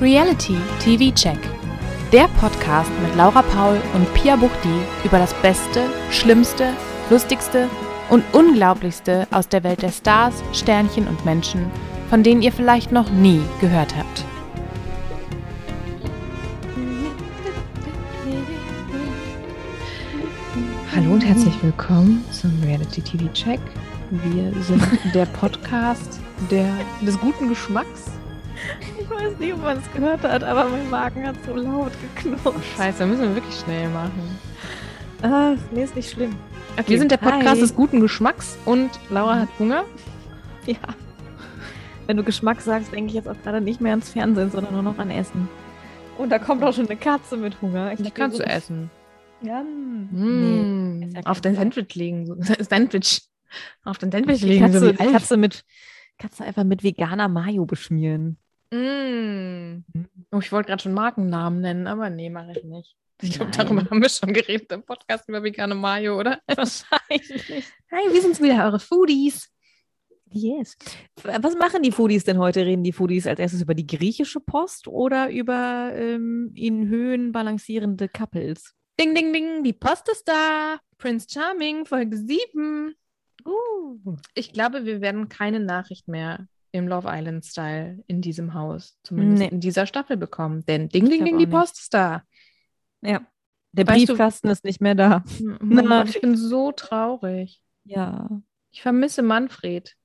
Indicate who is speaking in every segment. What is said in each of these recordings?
Speaker 1: Reality TV Check. Der Podcast mit Laura Paul und Pia Buchti über das Beste, Schlimmste, Lustigste und Unglaublichste aus der Welt der Stars, Sternchen und Menschen, von denen ihr vielleicht noch nie gehört habt.
Speaker 2: Hallo und herzlich willkommen zum Reality TV Check. Wir sind der Podcast der, des guten Geschmacks.
Speaker 3: Ich weiß nicht, ob man es gehört hat, aber mein Magen hat so laut geknurrt.
Speaker 2: Scheiße, müssen wir wirklich schnell machen.
Speaker 3: Ah, nee, ist nicht schlimm. Okay,
Speaker 2: Wir sind der Podcast
Speaker 3: hi.
Speaker 2: des guten Geschmacks und Laura hat Hunger.
Speaker 3: Ja. Wenn du Geschmack sagst, denke ich jetzt auch gerade nicht mehr ans Fernsehen, sondern nur noch an Essen. Und Oh, da kommt auch schon eine Katze mit Hunger.
Speaker 2: Die
Speaker 3: dachte,
Speaker 2: kannst
Speaker 3: so-
Speaker 2: du essen.
Speaker 3: Yum. Nee.
Speaker 2: Mm,
Speaker 3: ist ja
Speaker 2: auf
Speaker 3: kein
Speaker 2: dein Sandwich legen. so- Sandwich. Auf dein Sandwich
Speaker 3: Die
Speaker 2: legen. so
Speaker 3: Katze,
Speaker 2: wie
Speaker 3: die
Speaker 2: alt.
Speaker 3: Katze mit Katze einfach mit veganer Mayo beschmieren.
Speaker 2: Mm. Oh, ich wollte gerade schon Markennamen nennen, aber nee, mache ich nicht. Ich glaube,
Speaker 3: Nein.
Speaker 2: darüber haben wir schon geredet im Podcast über vegane Mayo, oder?
Speaker 3: Wahrscheinlich.
Speaker 2: Hi, wir sind's wieder, eure Foodies.
Speaker 3: Yes. Was machen die Foodies denn heute? Reden die Foodies als erstes über die griechische Post oder über ähm, in Höhen balancierende Couples?
Speaker 2: Ding, ding, ding, die Post ist da. Prince Charming, Folge 7.
Speaker 3: Uh.
Speaker 2: Ich glaube, wir werden keine Nachricht mehr im Love Island-Style in diesem Haus, zumindest
Speaker 3: zumindest Nee.
Speaker 2: in dieser Staffel bekommen. Denn ding, ding,
Speaker 3: glaub
Speaker 2: ding,
Speaker 3: auch
Speaker 2: die
Speaker 3: nicht.
Speaker 2: Post ist da.
Speaker 3: Ja. Der
Speaker 2: Weißt du-
Speaker 3: Briefkasten ist nicht mehr da.
Speaker 2: Oh Gott, ich
Speaker 3: Nachricht.
Speaker 2: bin so traurig.
Speaker 3: Ja.
Speaker 2: Ich vermisse Manfred.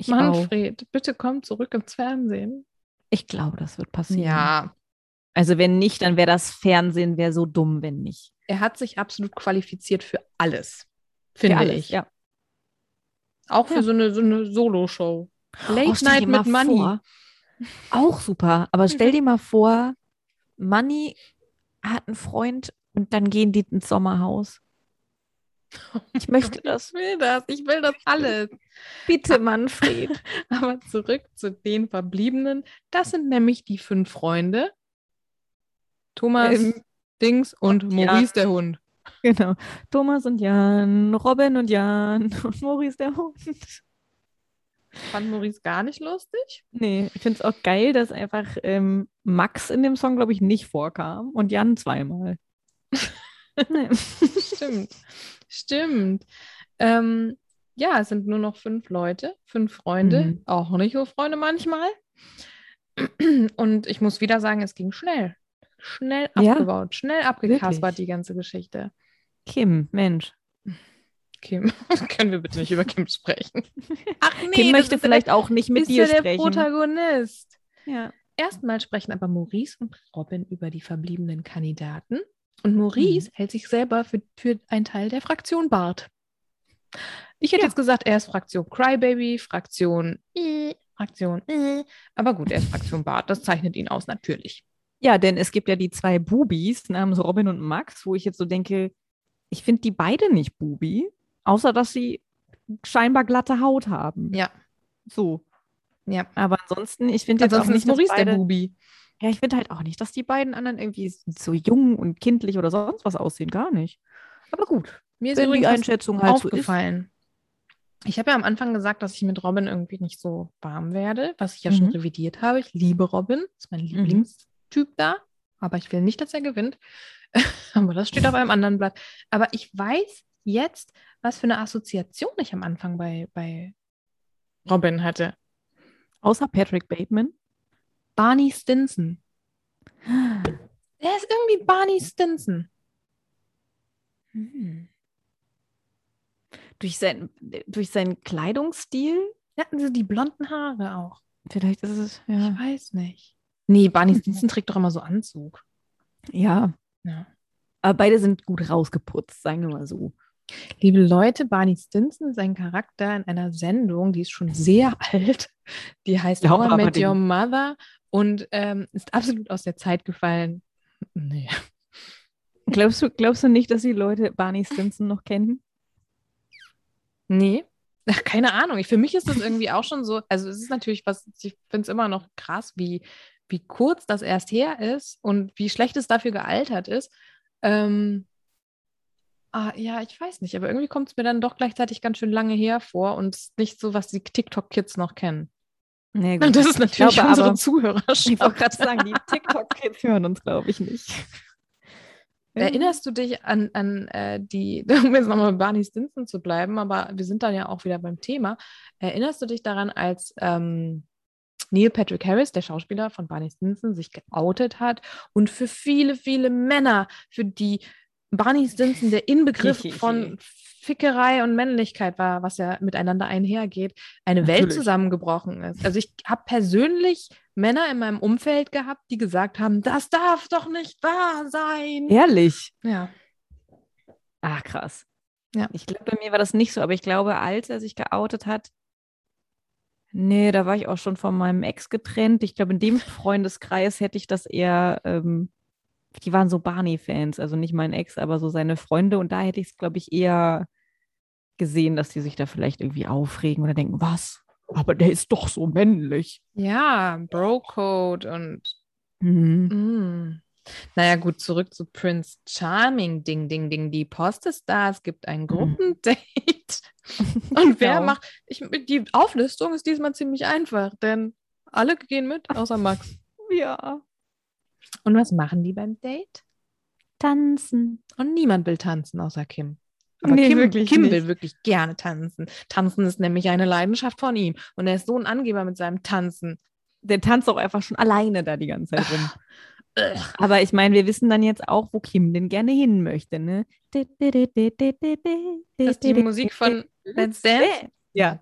Speaker 3: Ich, auch.
Speaker 2: Manfred, bitte komm zurück ins Fernsehen.
Speaker 3: ich glaube, das wird passieren.
Speaker 2: Ja,
Speaker 3: Also wenn nicht, dann wäre das Fernsehen wäre so dumm, wenn nicht.
Speaker 2: er hat sich absolut qualifiziert für alles,
Speaker 3: Für
Speaker 2: finde
Speaker 3: alles,
Speaker 2: ich.
Speaker 3: Ja.
Speaker 2: Auch für
Speaker 3: Ja.
Speaker 2: so eine, so eine Solo-Show. Late
Speaker 3: Oh, stell
Speaker 2: Night
Speaker 3: dir mal
Speaker 2: mit Money.
Speaker 3: Vor, auch super. Aber stell dir mal vor, Manni hat einen Freund und dann gehen die ins Sommerhaus.
Speaker 2: Oh
Speaker 3: Ich möchte das. Ah,
Speaker 2: Ich will das, ich will das alles.
Speaker 3: Bitte, Manfred.
Speaker 2: Aber zurück zu den Verbliebenen. Das sind nämlich die fünf Freunde. Thomas,
Speaker 3: Ähm,
Speaker 2: Dings und
Speaker 3: und Jan.
Speaker 2: Maurice der Hund.
Speaker 3: genau. Thomas und Jan, Robin und Jan und Maurice der Hund.
Speaker 2: Fand Maurice gar nicht lustig?
Speaker 3: Nee, ich finde es auch geil, dass einfach ähm, Max in dem Song, glaube ich, nicht vorkam und Jan zweimal. nee.
Speaker 2: Stimmt. Stimmt. Ähm, ja, es sind nur noch fünf Leute, fünf Freunde,
Speaker 3: Mhm.
Speaker 2: auch nicht so Freunde manchmal. Und ich muss wieder sagen, es ging schnell. Schnell
Speaker 3: Ja.
Speaker 2: abgebaut, schnell abgekaspert,
Speaker 3: Wirklich.
Speaker 2: die ganze Geschichte.
Speaker 3: Kim, Mensch.
Speaker 2: Kim, können wir bitte nicht über Kim sprechen? Ach nee,
Speaker 3: Kim
Speaker 2: das
Speaker 3: möchte
Speaker 2: ist ja
Speaker 3: vielleicht auch nicht mit
Speaker 2: ist
Speaker 3: dir
Speaker 2: ja der
Speaker 3: sprechen.
Speaker 2: Protagonist.
Speaker 3: Ja.
Speaker 2: Erstmal sprechen aber Maurice und Robin über die verbliebenen Kandidaten. Und Maurice hält sich selber für, für einen Teil der Fraktion Bart. Ich hätte
Speaker 3: Ja.
Speaker 2: jetzt gesagt, er ist Fraktion Crybaby, Fraktion I, Fraktion I. Aber gut, er ist Fraktion Bart. Das zeichnet ihn aus, natürlich.
Speaker 3: ja, denn es gibt ja die zwei Bubis namens Robin und Max, wo ich jetzt so denke, ich finde die beide nicht Bubi, außer dass sie scheinbar glatte Haut haben.
Speaker 2: Ja.
Speaker 3: So.
Speaker 2: Ja.
Speaker 3: Aber ansonsten, ich finde jetzt auch
Speaker 2: Ansonsten
Speaker 3: nicht,
Speaker 2: ist Maurice
Speaker 3: dass beide,
Speaker 2: der Bubi.
Speaker 3: Ja, ich finde halt auch nicht, dass die beiden anderen irgendwie so jung und kindlich oder sonst was aussehen. Gar nicht. Aber gut,
Speaker 2: Mir
Speaker 3: wenn die
Speaker 2: was
Speaker 3: Einschätzung halt so ist.
Speaker 2: aufgefallen. Ich habe ja am Anfang gesagt, dass ich mit Robin irgendwie nicht so warm werde, was ich ja schon
Speaker 3: Mhm.
Speaker 2: revidiert habe. Ich liebe Robin, ist mein Lieblingstyp da, aber ich will nicht, dass er gewinnt. aber das steht auf einem anderen Blatt. Aber ich weiß jetzt, was für eine Assoziation ich am Anfang bei, bei Robin hatte.
Speaker 3: Außer Patrick Bateman.
Speaker 2: Barney Stinson. Er ist irgendwie Barney Stinson.
Speaker 3: Hm. Durch, sein, durch seinen Kleidungsstil?
Speaker 2: Ja, also die blonden Haare auch.
Speaker 3: Vielleicht ist es,
Speaker 2: Ich weiß nicht. Nee, Barney Stinson trägt doch immer so Anzug.
Speaker 3: Ja.
Speaker 2: Ja.
Speaker 3: Aber beide sind gut rausgeputzt, sagen wir mal so.
Speaker 2: Liebe Leute, Barney Stinson ist ein Charakter in einer Sendung, die ist schon sehr alt. Die heißt
Speaker 3: Laura
Speaker 2: How I Met
Speaker 3: Aberdeen.
Speaker 2: Your Mother und ähm, ist absolut aus der Zeit gefallen. Nee.
Speaker 3: Glaubst du, glaubst du nicht, dass die Leute Barney Stinson noch kennen?
Speaker 2: Nee. Ach, keine Ahnung. Ich, für mich ist das irgendwie auch schon so. Also, es ist natürlich was, ich finde es immer noch krass, wie, wie kurz das erst her ist und wie schlecht es dafür gealtert ist. Ähm, ah, ja, ich weiß nicht, aber irgendwie kommt es mir dann doch gleichzeitig ganz schön lange her vor und es ist nicht so, was die TikTok-Kids noch kennen.
Speaker 3: Nee,
Speaker 2: Das ist natürlich
Speaker 3: glaube
Speaker 2: unsere
Speaker 3: aber- Ich
Speaker 2: Zuhörerschaft.
Speaker 3: wollte gerade sagen, die TikTok-Kids hören uns, glaube ich, nicht. Mhm.
Speaker 2: Erinnerst du dich an, an äh, die, um jetzt nochmal bei Barney Stinson zu bleiben, aber wir sind dann ja auch wieder beim Thema. Erinnerst du dich daran, als ähm, Neil Patrick Harris, der Schauspieler von Barney Stinson, sich geoutet hat und für viele, viele Männer, für die Barney Stinson der Inbegriff von Fickerei und Männlichkeit war, was ja miteinander einhergeht, eine Welt
Speaker 3: Natürlich.
Speaker 2: zusammengebrochen ist. Also ich habe persönlich Männer in meinem Umfeld gehabt, die gesagt haben, das darf doch nicht wahr sein.
Speaker 3: Ehrlich?
Speaker 2: Ja.
Speaker 3: Ah, krass.
Speaker 2: Ja.
Speaker 3: Ich glaube, bei mir war das nicht so, aber ich glaube, als er sich geoutet hat, nee, da war ich auch schon von meinem Ex getrennt. Ich glaube, in dem Freundeskreis hätte ich das eher, ähm, die waren so Barney-Fans, also nicht mein Ex, aber so seine Freunde. Und da hätte ich es, glaube ich, eher gesehen, dass die sich da vielleicht irgendwie aufregen oder denken, was? Aber der ist doch so männlich.
Speaker 2: Ja, Brocode und.
Speaker 3: Mhm.
Speaker 2: Mm. Naja, gut, zurück zu Prince Charming. Ding, ding, ding. Die Postestars gibt ein Gruppendate. Und wer
Speaker 3: Genau.
Speaker 2: macht. Ich, die Auflistung ist diesmal ziemlich einfach, denn alle gehen mit, außer Max.
Speaker 3: Ja.
Speaker 2: Und was machen die beim Date?
Speaker 3: Tanzen.
Speaker 2: Und niemand will tanzen, außer Kim. Aber
Speaker 3: Nee,
Speaker 2: Kim,
Speaker 3: wirklich
Speaker 2: Kim
Speaker 3: nicht.
Speaker 2: will wirklich gerne tanzen. Tanzen ist nämlich eine Leidenschaft von ihm. Und er ist so ein Angeber mit seinem Tanzen.
Speaker 3: Der tanzt auch einfach schon alleine da die ganze Zeit rum.
Speaker 2: Ugh.
Speaker 3: Aber ich meine, wir wissen dann jetzt auch, wo Kim denn gerne hin möchte, ne?
Speaker 2: Das
Speaker 3: Dass
Speaker 2: ist die Musik von Let's Dance.
Speaker 3: Ja.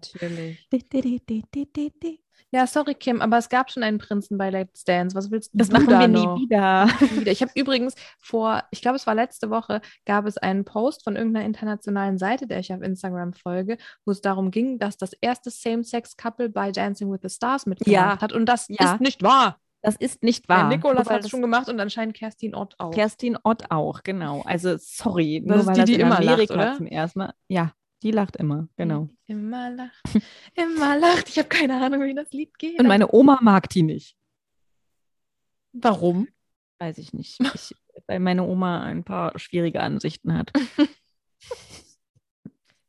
Speaker 2: Natürlich. Ja, sorry, Kim, aber es gab schon einen Prinzen bei Let's Dance. Was willst
Speaker 3: Das
Speaker 2: du
Speaker 3: machen
Speaker 2: da
Speaker 3: wir nie
Speaker 2: noch?
Speaker 3: wieder.
Speaker 2: wieder. Ich habe übrigens vor, ich glaube, es war letzte Woche, gab es einen Post von irgendeiner internationalen Seite, der ich auf Instagram folge, wo es darum ging, dass das erste Same-Sex-Couple bei Dancing with the Stars mitgemacht
Speaker 3: Ja.
Speaker 2: hat. Und das
Speaker 3: Ja.
Speaker 2: ist nicht wahr.
Speaker 3: Das ist nicht wahr.
Speaker 2: Der Nikolas
Speaker 3: Nur weil
Speaker 2: hat es schon gemacht und anscheinend Kerstin Ott auch.
Speaker 3: Kerstin Ott auch, genau. Also sorry,
Speaker 2: Das ist die, die
Speaker 3: in
Speaker 2: immer lacht,
Speaker 3: Amerika
Speaker 2: oder?
Speaker 3: zum ersten Mal. Ja, die lacht immer, genau.
Speaker 2: Immer lacht. Immer lacht. Ich habe keine Ahnung, wie das Lied geht.
Speaker 3: Und meine Oma mag die nicht.
Speaker 2: warum?
Speaker 3: Weiß ich nicht. Ich, weil meine Oma ein paar schwierige Ansichten hat.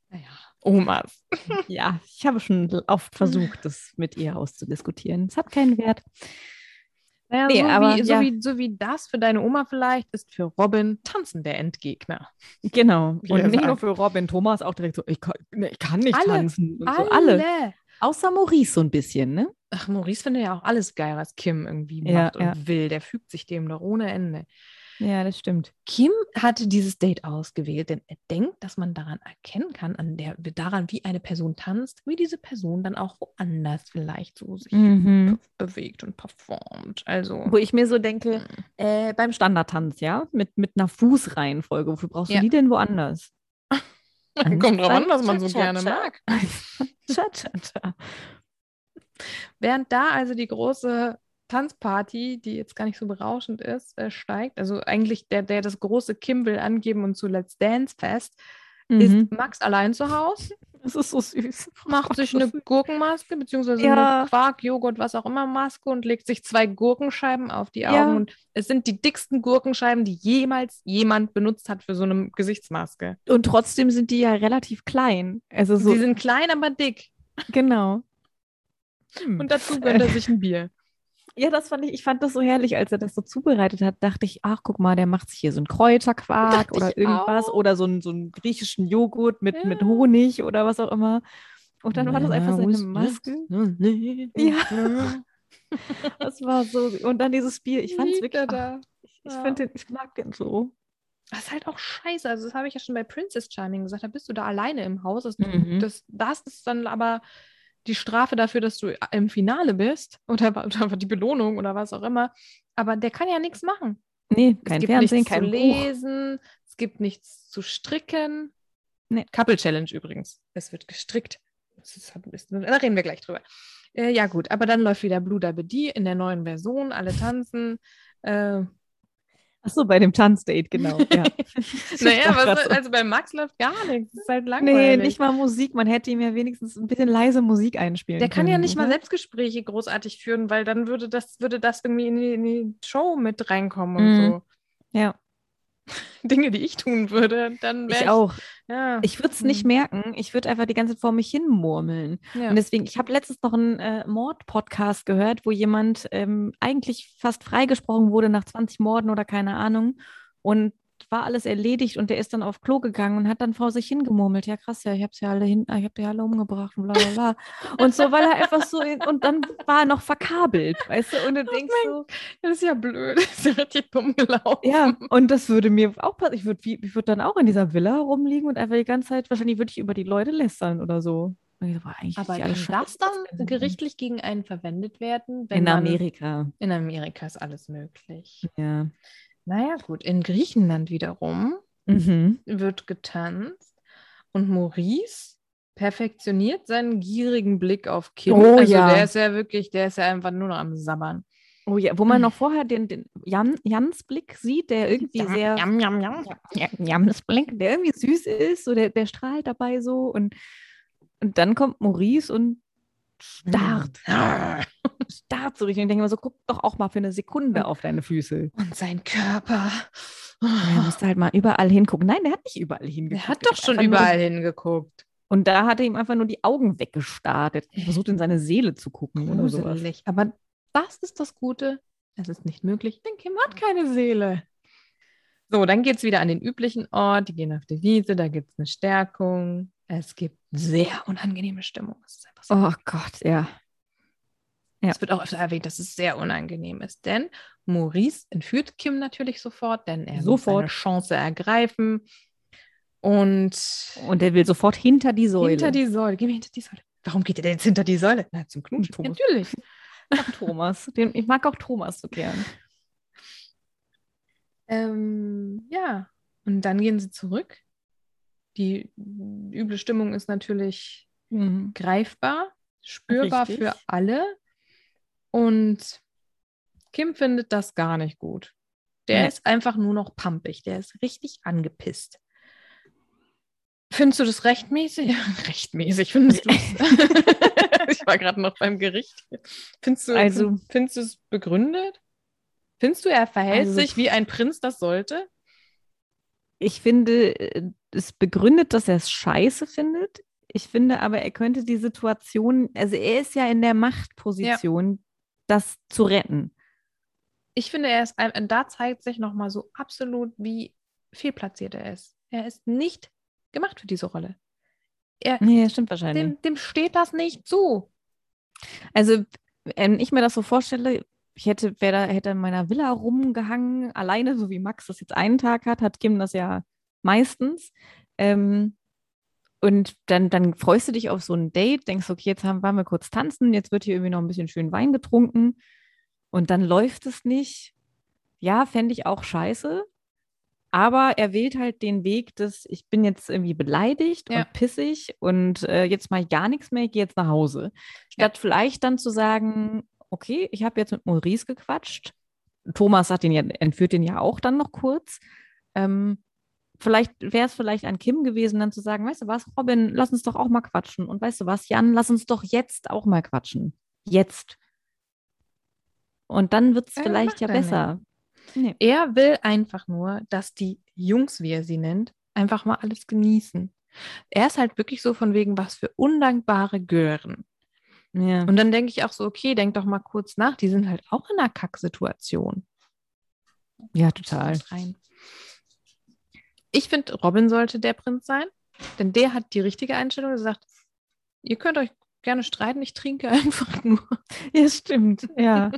Speaker 2: Naja, Omas.
Speaker 3: Ja, ich habe schon oft versucht, das mit ihr auszudiskutieren. Es hat keinen Wert.
Speaker 2: Naja,
Speaker 3: Nee,
Speaker 2: so,
Speaker 3: aber
Speaker 2: wie, so,
Speaker 3: ja.
Speaker 2: wie, so wie das für deine Oma vielleicht, ist für Robin Tanzen der Endgegner.
Speaker 3: Genau.
Speaker 2: Wie
Speaker 3: Und
Speaker 2: er
Speaker 3: nicht nur
Speaker 2: sagt.
Speaker 3: für Robin Thomas, auch direkt so, ich kann, nee, ich kann nicht
Speaker 2: Alle.
Speaker 3: tanzen. Und So. Alle. Außer Maurice so ein bisschen, ne?
Speaker 2: Ach, Maurice findet ja auch alles geil, was Kim irgendwie
Speaker 3: Ja,
Speaker 2: macht und
Speaker 3: ja.
Speaker 2: will. Der fügt sich dem doch ohne Ende.
Speaker 3: Ja, das stimmt.
Speaker 2: Kim hatte dieses Date ausgewählt, denn er denkt, dass man daran erkennen kann, an der, daran, wie eine Person tanzt, wie diese Person dann auch woanders vielleicht so sich
Speaker 3: Mhm.
Speaker 2: be- bewegt und performt. Also, hm.
Speaker 3: Wo ich mir so denke, äh, beim Standardtanz, ja, mit, mit einer Fußreihenfolge, wofür brauchst
Speaker 2: Ja.
Speaker 3: du die denn woanders?
Speaker 2: kommt drauf an, was man so
Speaker 3: Cha-cha-cha.
Speaker 2: gerne mag.
Speaker 3: Cha, cha, cha.
Speaker 2: Während da also die große Tanzparty, die jetzt gar nicht so berauschend ist, äh, steigt, also eigentlich der, der das große Kim will angeben und zu Let's Dance Fest,
Speaker 3: Mhm.
Speaker 2: ist Max allein zu Hause,
Speaker 3: Das ist so süß.
Speaker 2: macht sich eine Gurkenmaske beziehungsweise
Speaker 3: Ja.
Speaker 2: eine Quark, Joghurt, was auch immer Maske und legt sich zwei Gurkenscheiben auf die Augen.
Speaker 3: Ja.
Speaker 2: Und es sind die dicksten Gurkenscheiben, die jemals jemand benutzt hat für so eine Gesichtsmaske.
Speaker 3: Und trotzdem sind die ja relativ klein. Also so,
Speaker 2: Die sind klein, aber dick.
Speaker 3: genau.
Speaker 2: Und dazu gönnt er sich ein Bier.
Speaker 3: Ja, das fand ich, ich fand das so herrlich, als er das so zubereitet hat, dachte ich, ach, guck mal, der macht sich hier so einen Kräuterquark
Speaker 2: Dachte
Speaker 3: oder
Speaker 2: ich
Speaker 3: irgendwas
Speaker 2: auch.
Speaker 3: oder so einen, so einen griechischen Joghurt mit, mit
Speaker 2: Ja.
Speaker 3: Honig oder was auch immer. Und dann war das einfach seine Maske.
Speaker 2: Ja.
Speaker 3: Das war so, und dann dieses Bier. Ich fand es wirklich, ach, ich,
Speaker 2: Ja.
Speaker 3: find den, ich mag den so.
Speaker 2: Das ist halt auch scheiße. Also, das habe ich ja schon bei Princess Charming gesagt. Da bist du da alleine im Haus. Das,
Speaker 3: Mhm.
Speaker 2: das, das ist dann aber die Strafe dafür, dass du äh, im Finale bist oder, oder die Belohnung oder was auch immer. Aber der kann ja nichts machen.
Speaker 3: Nee,
Speaker 2: es
Speaker 3: kein
Speaker 2: gibt
Speaker 3: Fernsehen,
Speaker 2: nichts
Speaker 3: kein
Speaker 2: zu
Speaker 3: Buch.
Speaker 2: lesen, es gibt nichts zu stricken.
Speaker 3: Nee.
Speaker 2: Couple Challenge übrigens. Es wird gestrickt. Das ist, ist, da reden wir gleich drüber. Äh, ja, gut, aber dann läuft wieder Blue Dabbe Die in der neuen Version. Alle tanzen. Äh,
Speaker 3: Ach so, bei dem Tanzdate, genau. Ja. Ich
Speaker 2: Naja,
Speaker 3: dachte
Speaker 2: was,
Speaker 3: grad so,
Speaker 2: also bei Max läuft gar nichts. Das ist halt
Speaker 3: Nee,
Speaker 2: langweilig.
Speaker 3: nicht mal Musik. Man hätte ihm ja wenigstens ein bisschen leise Musik einspielen
Speaker 2: der kann ja
Speaker 3: können,
Speaker 2: nicht mal
Speaker 3: oder?
Speaker 2: Selbstgespräche großartig führen, weil dann würde das, würde das irgendwie in die, in die Show mit reinkommen und
Speaker 3: Mhm.
Speaker 2: so.
Speaker 3: Ja.
Speaker 2: Dinge, die ich tun würde, dann wäre
Speaker 3: Ich auch.
Speaker 2: Ja,
Speaker 3: Ich würde es nicht
Speaker 2: Hm.
Speaker 3: merken. Ich würde einfach die ganze Zeit vor mich hinmurmeln.
Speaker 2: ja.
Speaker 3: Und deswegen, ich habe letztens noch einen äh, Mord-Podcast gehört, wo jemand ähm, eigentlich fast freigesprochen wurde nach 20 Morden oder keine Ahnung. Und war alles erledigt und der ist dann auf Klo gegangen und hat dann vor sich hingemurmelt. Ja, krass, ja, ich hab's ja alle hinten, ich hab die alle umgebracht und bla bla bla. Und so, weil er einfach so, in, und dann war er noch verkabelt, weißt du? Und du denkst so,
Speaker 2: das ist ja blöd. Das ist ja richtig dumm gelaufen.
Speaker 3: ja, und das würde mir auch passen. Ich würde ich würd dann auch in dieser Villa rumliegen und einfach die ganze Zeit, wahrscheinlich würde ich über die Leute lästern oder so. Und ich so, boah, eigentlich
Speaker 2: Aber
Speaker 3: die
Speaker 2: kann
Speaker 3: alle
Speaker 2: das
Speaker 3: scheiße.
Speaker 2: dann gerichtlich gegen einen verwendet werden? wenn
Speaker 3: In
Speaker 2: man-
Speaker 3: Amerika.
Speaker 2: In Amerika ist alles möglich.
Speaker 3: Ja.
Speaker 2: Naja, gut. In Griechenland wiederum
Speaker 3: Mhm.
Speaker 2: wird getanzt und Maurice perfektioniert seinen gierigen Blick auf Kim.
Speaker 3: Oh
Speaker 2: also
Speaker 3: ja.
Speaker 2: der ist ja wirklich, der ist ja einfach nur noch am Sabbern.
Speaker 3: Oh ja, wo man noch vorher den, den Jan, Jans Blick sieht, der irgendwie sehr
Speaker 2: Jam, jam, jam.
Speaker 3: Jams Blick, der irgendwie süß ist, so der, der strahlt dabei so und, und dann kommt Maurice und starrt, Ah.
Speaker 2: Mhm.
Speaker 3: starrt so richtig. Und ich denke immer so, guck doch auch mal für eine Sekunde auf deine Füße.
Speaker 2: Und sein Körper.
Speaker 3: Er musste halt mal überall hingucken. Nein, der hat nicht überall hingeguckt.
Speaker 2: Er Oh. hat doch
Speaker 3: hat
Speaker 2: schon
Speaker 3: einfach nur-
Speaker 2: überall hingeguckt.
Speaker 3: Und da hat er ihm einfach nur die Augen weggestarrt. Er hat versucht, in seine Seele zu gucken oder sowas.
Speaker 2: Gruselig. Aber das ist das Gute. Es ist nicht möglich, denn Kim hat keine Seele. So, dann geht es wieder an den üblichen Ort. Die gehen auf die Wiese, da gibt es eine Stärkung. Es gibt sehr unangenehme Stimmung. Es, ist einfach so.
Speaker 3: Oh Gott, ja. ja.
Speaker 2: es wird auch öfter erwähnt, dass es sehr unangenehm ist, denn Maurice entführt Kim natürlich sofort, denn er
Speaker 3: Sofort.
Speaker 2: muss seine Chance ergreifen. Und
Speaker 3: Und er will sofort hinter die Säule.
Speaker 2: hinter die Säule, geh mir hinter die Säule. Warum geht er denn jetzt hinter die Säule? Na, zum Knutschen.
Speaker 3: Thomas.
Speaker 2: Natürlich.
Speaker 3: mag Thomas. Den, ich mag auch Thomas so gern.
Speaker 2: Ähm, ja, und dann gehen sie zurück. Die üble Stimmung ist natürlich
Speaker 3: Mhm.
Speaker 2: greifbar, spürbar
Speaker 3: Richtig.
Speaker 2: für alle. Und Kim findet das gar nicht gut. Der
Speaker 3: Nee.
Speaker 2: ist einfach nur noch pampig, der ist richtig angepisst. Findest du das rechtmäßig? rechtmäßig findest du es. ich war gerade noch beim Gericht. Findest du,
Speaker 3: Also-
Speaker 2: findest du es begründet? Findest du, er verhält
Speaker 3: Also-
Speaker 2: sich wie ein Prinz das sollte?
Speaker 3: Ich finde, äh, es begründet, dass er es scheiße findet. Ich finde aber, er könnte die Situation, also er ist ja in der Machtposition, das zu retten.
Speaker 2: ich finde, er ist ein, und da zeigt sich nochmal so absolut, wie fehlplatziert er ist. Er ist nicht gemacht für diese Rolle.
Speaker 3: Nee, stimmt wahrscheinlich.
Speaker 2: Dem, dem steht das nicht zu.
Speaker 3: Also, wenn ich mir das so vorstelle, ich hätte, wär da, hätte in meiner Villa rumgehangen, alleine, so wie Max das jetzt einen Tag hat, hat Kim das ja meistens. Ähm, und dann, dann freust du dich auf so ein Date, denkst, okay, jetzt haben, waren wir kurz tanzen, jetzt wird hier irgendwie noch ein bisschen schön Wein getrunken. Und dann läuft es nicht. Ja, fände ich auch scheiße. Aber er wählt halt den Weg des, ich bin jetzt irgendwie beleidigt
Speaker 2: Ja.
Speaker 3: und pissig und äh, jetzt mache ich gar nichts mehr, ich gehe jetzt nach Hause. Statt vielleicht dann zu sagen, okay, ich habe jetzt mit Maurice gequatscht. Thomas hat ihn ja, entführt ihn ja auch dann noch kurz. Ähm, vielleicht wäre es vielleicht an Kim gewesen, dann zu sagen, weißt du was, Robin, lass uns doch auch mal quatschen. Und weißt du was, Jan, lass uns doch jetzt auch mal quatschen. Jetzt. Und dann wird es
Speaker 2: Ja, Äh, macht
Speaker 3: vielleicht ja
Speaker 2: er nicht.
Speaker 3: besser.
Speaker 2: Er will einfach nur, dass die Jungs, wie er sie nennt, einfach mal alles genießen. Er ist halt wirklich so von wegen, was für undankbare Gören.
Speaker 3: Ja.
Speaker 2: Und dann denke ich auch so, okay, denk doch mal kurz nach, die sind halt auch in einer Kacksituation.
Speaker 3: ja, total.
Speaker 2: Kommt Rein. Ich finde, Robin sollte der Prinz sein, denn der hat die richtige Einstellung. Er sagt, ihr könnt euch gerne streiten, ich trinke einfach nur.
Speaker 3: Ja, stimmt. Ja.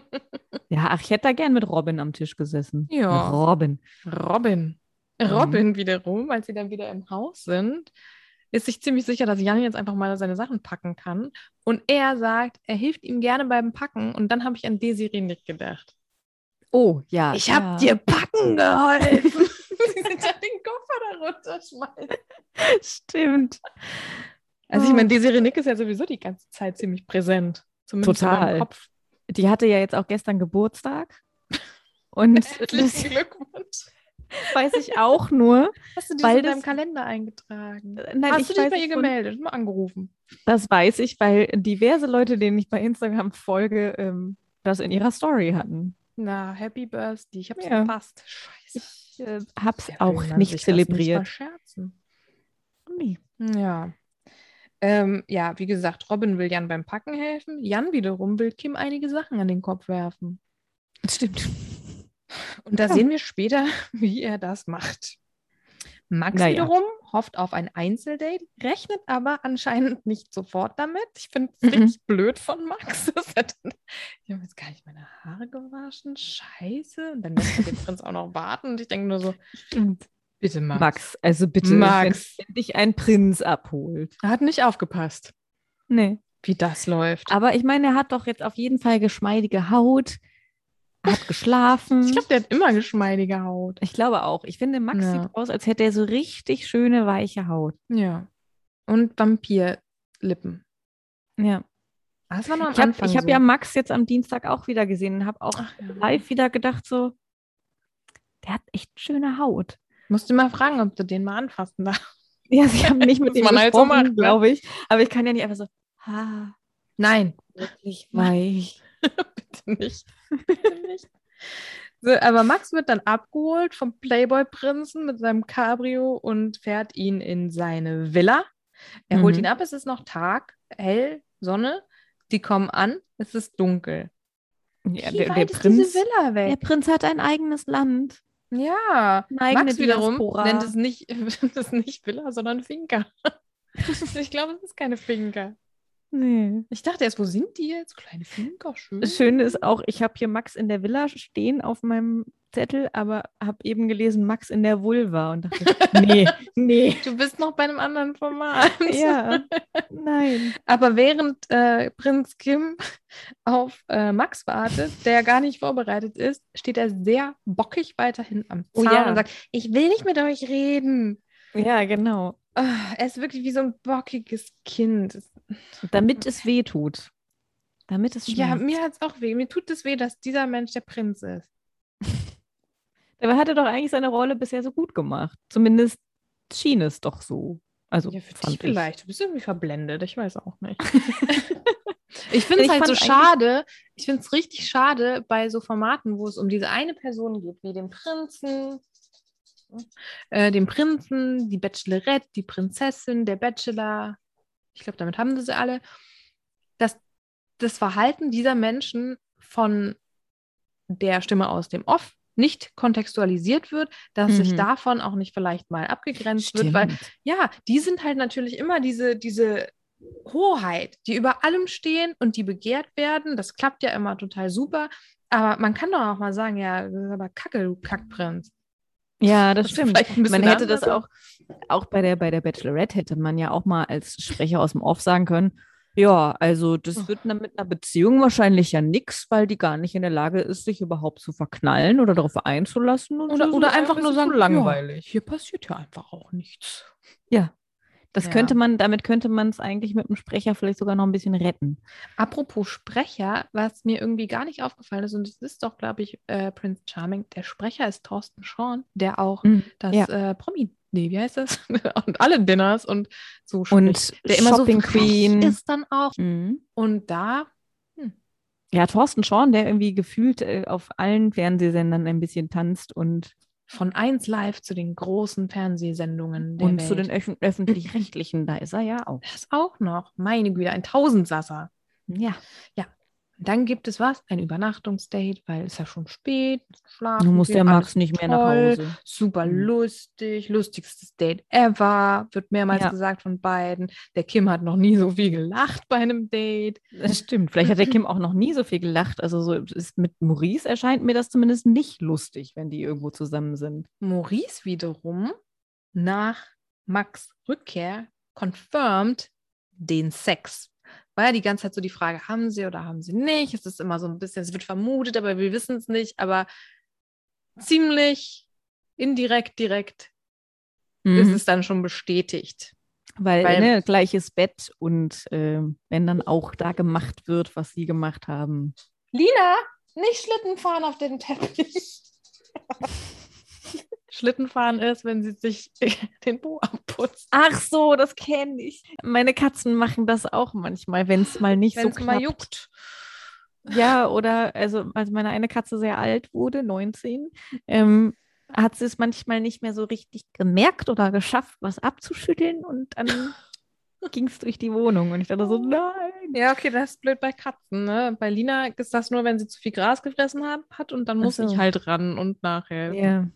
Speaker 3: ja, ach, ich hätte da gern mit Robin am Tisch gesessen.
Speaker 2: Ja.
Speaker 3: Robin.
Speaker 2: Robin. Robin wiederum, als sie dann wieder im Haus sind, ist sich ziemlich sicher, dass Jan jetzt einfach mal seine Sachen packen kann. Und er sagt, er hilft ihm gerne beim Packen. Und dann habe ich an Desiree nicht gedacht.
Speaker 3: Oh, ja.
Speaker 1: Ich
Speaker 3: ja.
Speaker 1: hab dir packen geholfen.
Speaker 2: sie sind ja den Koffer darunter schmeißen.
Speaker 3: Stimmt.
Speaker 2: Also ich
Speaker 3: Oh.
Speaker 2: meine, Desiree Nick ist ja sowieso die ganze Zeit ziemlich präsent. Zumindest in meinem
Speaker 3: Total.
Speaker 2: Kopf.
Speaker 3: Die hatte ja jetzt auch gestern Geburtstag. Und das
Speaker 2: Herzlichen Glückwunsch.
Speaker 3: weiß ich auch nur.
Speaker 2: Hast du dich
Speaker 3: Weil
Speaker 2: in deinem
Speaker 3: das-
Speaker 2: Kalender eingetragen?
Speaker 3: Nein,
Speaker 2: Hast du dich
Speaker 3: weiß
Speaker 2: bei ihr
Speaker 3: es von-
Speaker 2: gemeldet? Mal angerufen.
Speaker 3: Das weiß ich, weil diverse Leute, denen ich bei Instagram folge, ähm, das in ihrer Story hatten.
Speaker 2: Na, Happy Birthday. Ich hab's
Speaker 3: Ja.
Speaker 2: verpasst. Scheiße.
Speaker 3: ich äh, hab's
Speaker 2: Ja,
Speaker 3: auch
Speaker 2: will man
Speaker 3: nicht
Speaker 2: sich das
Speaker 3: zelebriert.
Speaker 2: verscherzen.
Speaker 3: Nee.
Speaker 2: Ja. Ähm, ja, wie gesagt, Robin will Jan beim Packen helfen. Jan wiederum will Kim einige Sachen an den Kopf werfen.
Speaker 3: Stimmt.
Speaker 2: Und da
Speaker 3: Ja.
Speaker 2: sehen wir später, wie er das macht. Max
Speaker 3: Naja.
Speaker 2: wiederum hofft auf ein Einzeldate, rechnet aber anscheinend nicht sofort damit. Ich finde es
Speaker 3: Mhm.
Speaker 2: richtig blöd von Max. dass er dann- Ich habe jetzt gar nicht meine Haare gewaschen. Scheiße. Und dann lässt er den Prinz auch noch warten. Und ich denke nur so, bitte Max.
Speaker 3: Max, also bitte,
Speaker 2: Max.
Speaker 3: Wenn, wenn dich ein Prinz abholt.
Speaker 2: Er hat nicht aufgepasst,
Speaker 3: Nee.
Speaker 2: wie das läuft.
Speaker 3: Aber ich meine, er hat doch jetzt auf jeden Fall geschmeidige Haut, hat geschlafen.
Speaker 2: Ich glaube, der hat immer geschmeidige Haut.
Speaker 3: Ich glaube auch. Ich finde, Max
Speaker 2: Ja.
Speaker 3: sieht aus, als hätte er so richtig schöne, weiche Haut.
Speaker 2: Ja. Und Vampirlippen.
Speaker 3: Ja.
Speaker 2: Ah, Das war nur am
Speaker 3: Ich habe
Speaker 2: Anfang
Speaker 3: hab
Speaker 2: so.
Speaker 3: ja Max jetzt am Dienstag auch wieder gesehen und habe auch
Speaker 2: Ach, ja.
Speaker 3: live wieder gedacht, so, der hat echt schöne Haut.
Speaker 2: Musst du mal fragen, ob du den mal anfassen darfst.
Speaker 3: Ja, sie haben nicht mit
Speaker 2: Muss
Speaker 3: ihm
Speaker 2: man halt so
Speaker 3: gesprochen,
Speaker 2: machen, ne?
Speaker 3: glaube ich. Aber ich kann ja nicht einfach so, ha,
Speaker 2: Nein,
Speaker 3: wirklich weich.
Speaker 2: bitte nicht. Bitte nicht. So, aber Max wird dann abgeholt vom Playboy-Prinzen mit seinem Cabrio und fährt ihn in seine Villa. Er holt
Speaker 3: Mhm.
Speaker 2: ihn ab, es ist noch Tag, hell, Sonne. Die kommen an, es ist dunkel.
Speaker 3: Ja,
Speaker 2: Wie
Speaker 3: der, der,
Speaker 2: weit ist diese
Speaker 3: Prinz,
Speaker 2: Villa
Speaker 3: der
Speaker 2: weg?
Speaker 3: Prinz hat ein eigenes Land.
Speaker 2: Ja,
Speaker 3: Eine eigene
Speaker 2: Max wiederum
Speaker 3: Diaspora.
Speaker 2: nennt es nicht, nennt es nicht Villa, sondern Finca. ich glaube, es ist keine Finca.
Speaker 3: Nee.
Speaker 2: Ich dachte erst, wo sind die jetzt? Kleine Finca, schön.
Speaker 3: Das Schöne ist auch, ich habe hier Max in der Villa stehen auf meinem Zettel, aber habe eben gelesen, Max in der Vulva und dachte, nee, nee.
Speaker 2: Du bist noch bei einem anderen Format.
Speaker 3: Ja, nein.
Speaker 2: Aber während äh, Prinz Kim auf äh, Max wartet, der gar nicht vorbereitet ist, steht er sehr bockig weiterhin am
Speaker 3: Oh
Speaker 2: Zaun
Speaker 3: ja.
Speaker 2: und sagt, ich will nicht mit euch reden.
Speaker 3: Ja, genau.
Speaker 2: Ah, er ist wirklich wie so ein bockiges Kind. Es
Speaker 3: Damit es weh tut. Damit es
Speaker 2: Ja,
Speaker 3: schmerzt.
Speaker 2: mir hat es auch weh. Mir tut es weh, dass dieser Mensch der Prinz ist.
Speaker 3: Dabei hat er doch eigentlich seine Rolle bisher so gut gemacht. Zumindest schien es doch so. Also
Speaker 2: ja, für
Speaker 3: fand
Speaker 2: dich
Speaker 3: ich.
Speaker 2: vielleicht. Du bist irgendwie verblendet. Ich weiß auch nicht. ich finde es
Speaker 3: Ich
Speaker 2: halt
Speaker 3: fand
Speaker 2: so
Speaker 3: eigentlich-
Speaker 2: schade. Ich finde es richtig schade bei so Formaten, wo es um diese eine Person geht, wie den Prinzen, äh, den Prinzen, die Bachelorette, die Prinzessin, der Bachelor. Ich glaube, damit haben sie sie alle. Dass das Verhalten dieser Menschen von der Stimme aus dem Off nicht kontextualisiert wird, dass sich
Speaker 3: Mhm.
Speaker 2: davon auch nicht vielleicht mal abgegrenzt wird, weil
Speaker 3: Stimmt.
Speaker 2: ja, die sind halt natürlich immer diese, diese Hoheit, die über allem stehen und die begehrt werden. Das klappt ja immer total super. Aber man kann doch auch mal sagen, ja, das ist aber kacke, du Kackprinz.
Speaker 3: Ja, das
Speaker 2: Das ist
Speaker 3: stimmt.
Speaker 2: vielleicht ein bisschen
Speaker 3: Man hätte das
Speaker 2: anders.
Speaker 3: auch, auch bei der, bei der Bachelorette hätte man ja auch mal als Sprecher aus dem Off sagen können, ja, also das wird na- mit einer Beziehung wahrscheinlich ja nix, weil die gar nicht in der Lage ist, sich überhaupt zu verknallen oder darauf einzulassen. Und
Speaker 2: Oder,
Speaker 3: so
Speaker 2: oder
Speaker 3: ist ja ein
Speaker 2: einfach nur
Speaker 3: bisschen
Speaker 2: sagen,
Speaker 3: zu langweilig.
Speaker 2: Ja, hier passiert ja einfach auch nichts.
Speaker 3: Das
Speaker 2: Ja.
Speaker 3: könnte man, damit könnte man es eigentlich mit dem Sprecher vielleicht sogar noch ein bisschen retten.
Speaker 2: Apropos Sprecher, was mir irgendwie gar nicht aufgefallen ist, und es ist doch, glaube ich, äh, Prince Charming, der Sprecher ist Thorsten Schorn, der auch das
Speaker 3: Ja.
Speaker 2: äh, Promi, nee, wie heißt das? und alle Dinners und so spricht.
Speaker 3: Und
Speaker 2: der immer
Speaker 3: Shopping
Speaker 2: so frech
Speaker 3: Queen.
Speaker 2: ist dann auch.
Speaker 3: Mhm.
Speaker 2: Und da
Speaker 3: Ja, Thorsten Schorn, der irgendwie gefühlt äh, auf allen Fernsehsendern ein bisschen tanzt und,
Speaker 2: von 1 live zu den großen Fernsehsendungen der
Speaker 3: und
Speaker 2: Welt.
Speaker 3: zu den Öff- öffentlich-rechtlichen, da ist er ja auch.
Speaker 2: das auch noch. Meine Güte, ein Tausendsasser.
Speaker 3: Ja.
Speaker 2: Dann gibt es was, ein Übernachtungsdate, weil es ja schon spät, muss geschlafen.
Speaker 3: Nun muss
Speaker 2: werden,
Speaker 3: der
Speaker 2: alles
Speaker 3: Max nicht mehr nach
Speaker 2: toll,
Speaker 3: Hause.
Speaker 2: Super
Speaker 3: Mhm.
Speaker 2: lustig, lustigstes Date ever, wird mehrmals
Speaker 3: Ja.
Speaker 2: gesagt von beiden. Der Kim hat noch nie so viel gelacht bei einem Date.
Speaker 3: Das stimmt. Vielleicht hat der Kim auch noch nie so viel gelacht. Also so ist mit Maurice erscheint mir das zumindest nicht lustig, wenn die irgendwo zusammen sind.
Speaker 2: Maurice wiederum nach Max Rückkehr confirmed den Sex. War ja die ganze Zeit so die Frage, haben sie oder haben sie nicht? Es ist immer so ein bisschen, es wird vermutet, aber wir wissen es nicht. Aber ziemlich indirekt, direkt ist es dann schon bestätigt.
Speaker 3: Mhm. Weil,
Speaker 2: weil-
Speaker 3: ne, gleiches Bett und ähm, wenn dann auch da gemacht wird, was sie gemacht haben.
Speaker 2: Lina, nicht Schlitten fahren auf dem Teppich. Schlitten fahren ist, wenn sie sich den Po abputzt.
Speaker 3: Ach so, das kenne ich. Meine Katzen machen das auch manchmal, wenn es mal nicht
Speaker 2: Wenn
Speaker 3: so
Speaker 2: es
Speaker 3: klappt.
Speaker 2: mal juckt.
Speaker 3: Ja, oder also als meine eine Katze sehr alt wurde, 19, ähm, hat sie es manchmal nicht mehr so richtig gemerkt oder geschafft, was abzuschütteln und dann ging es durch die Wohnung und ich dachte so, nein.
Speaker 2: Ja, okay, das ist blöd bei Katzen. Ne? Bei Lina ist das nur, wenn sie zu viel Gras gefressen hat, hat und dann muss
Speaker 3: Ach so.
Speaker 2: ich halt ran und nachher
Speaker 3: Ja.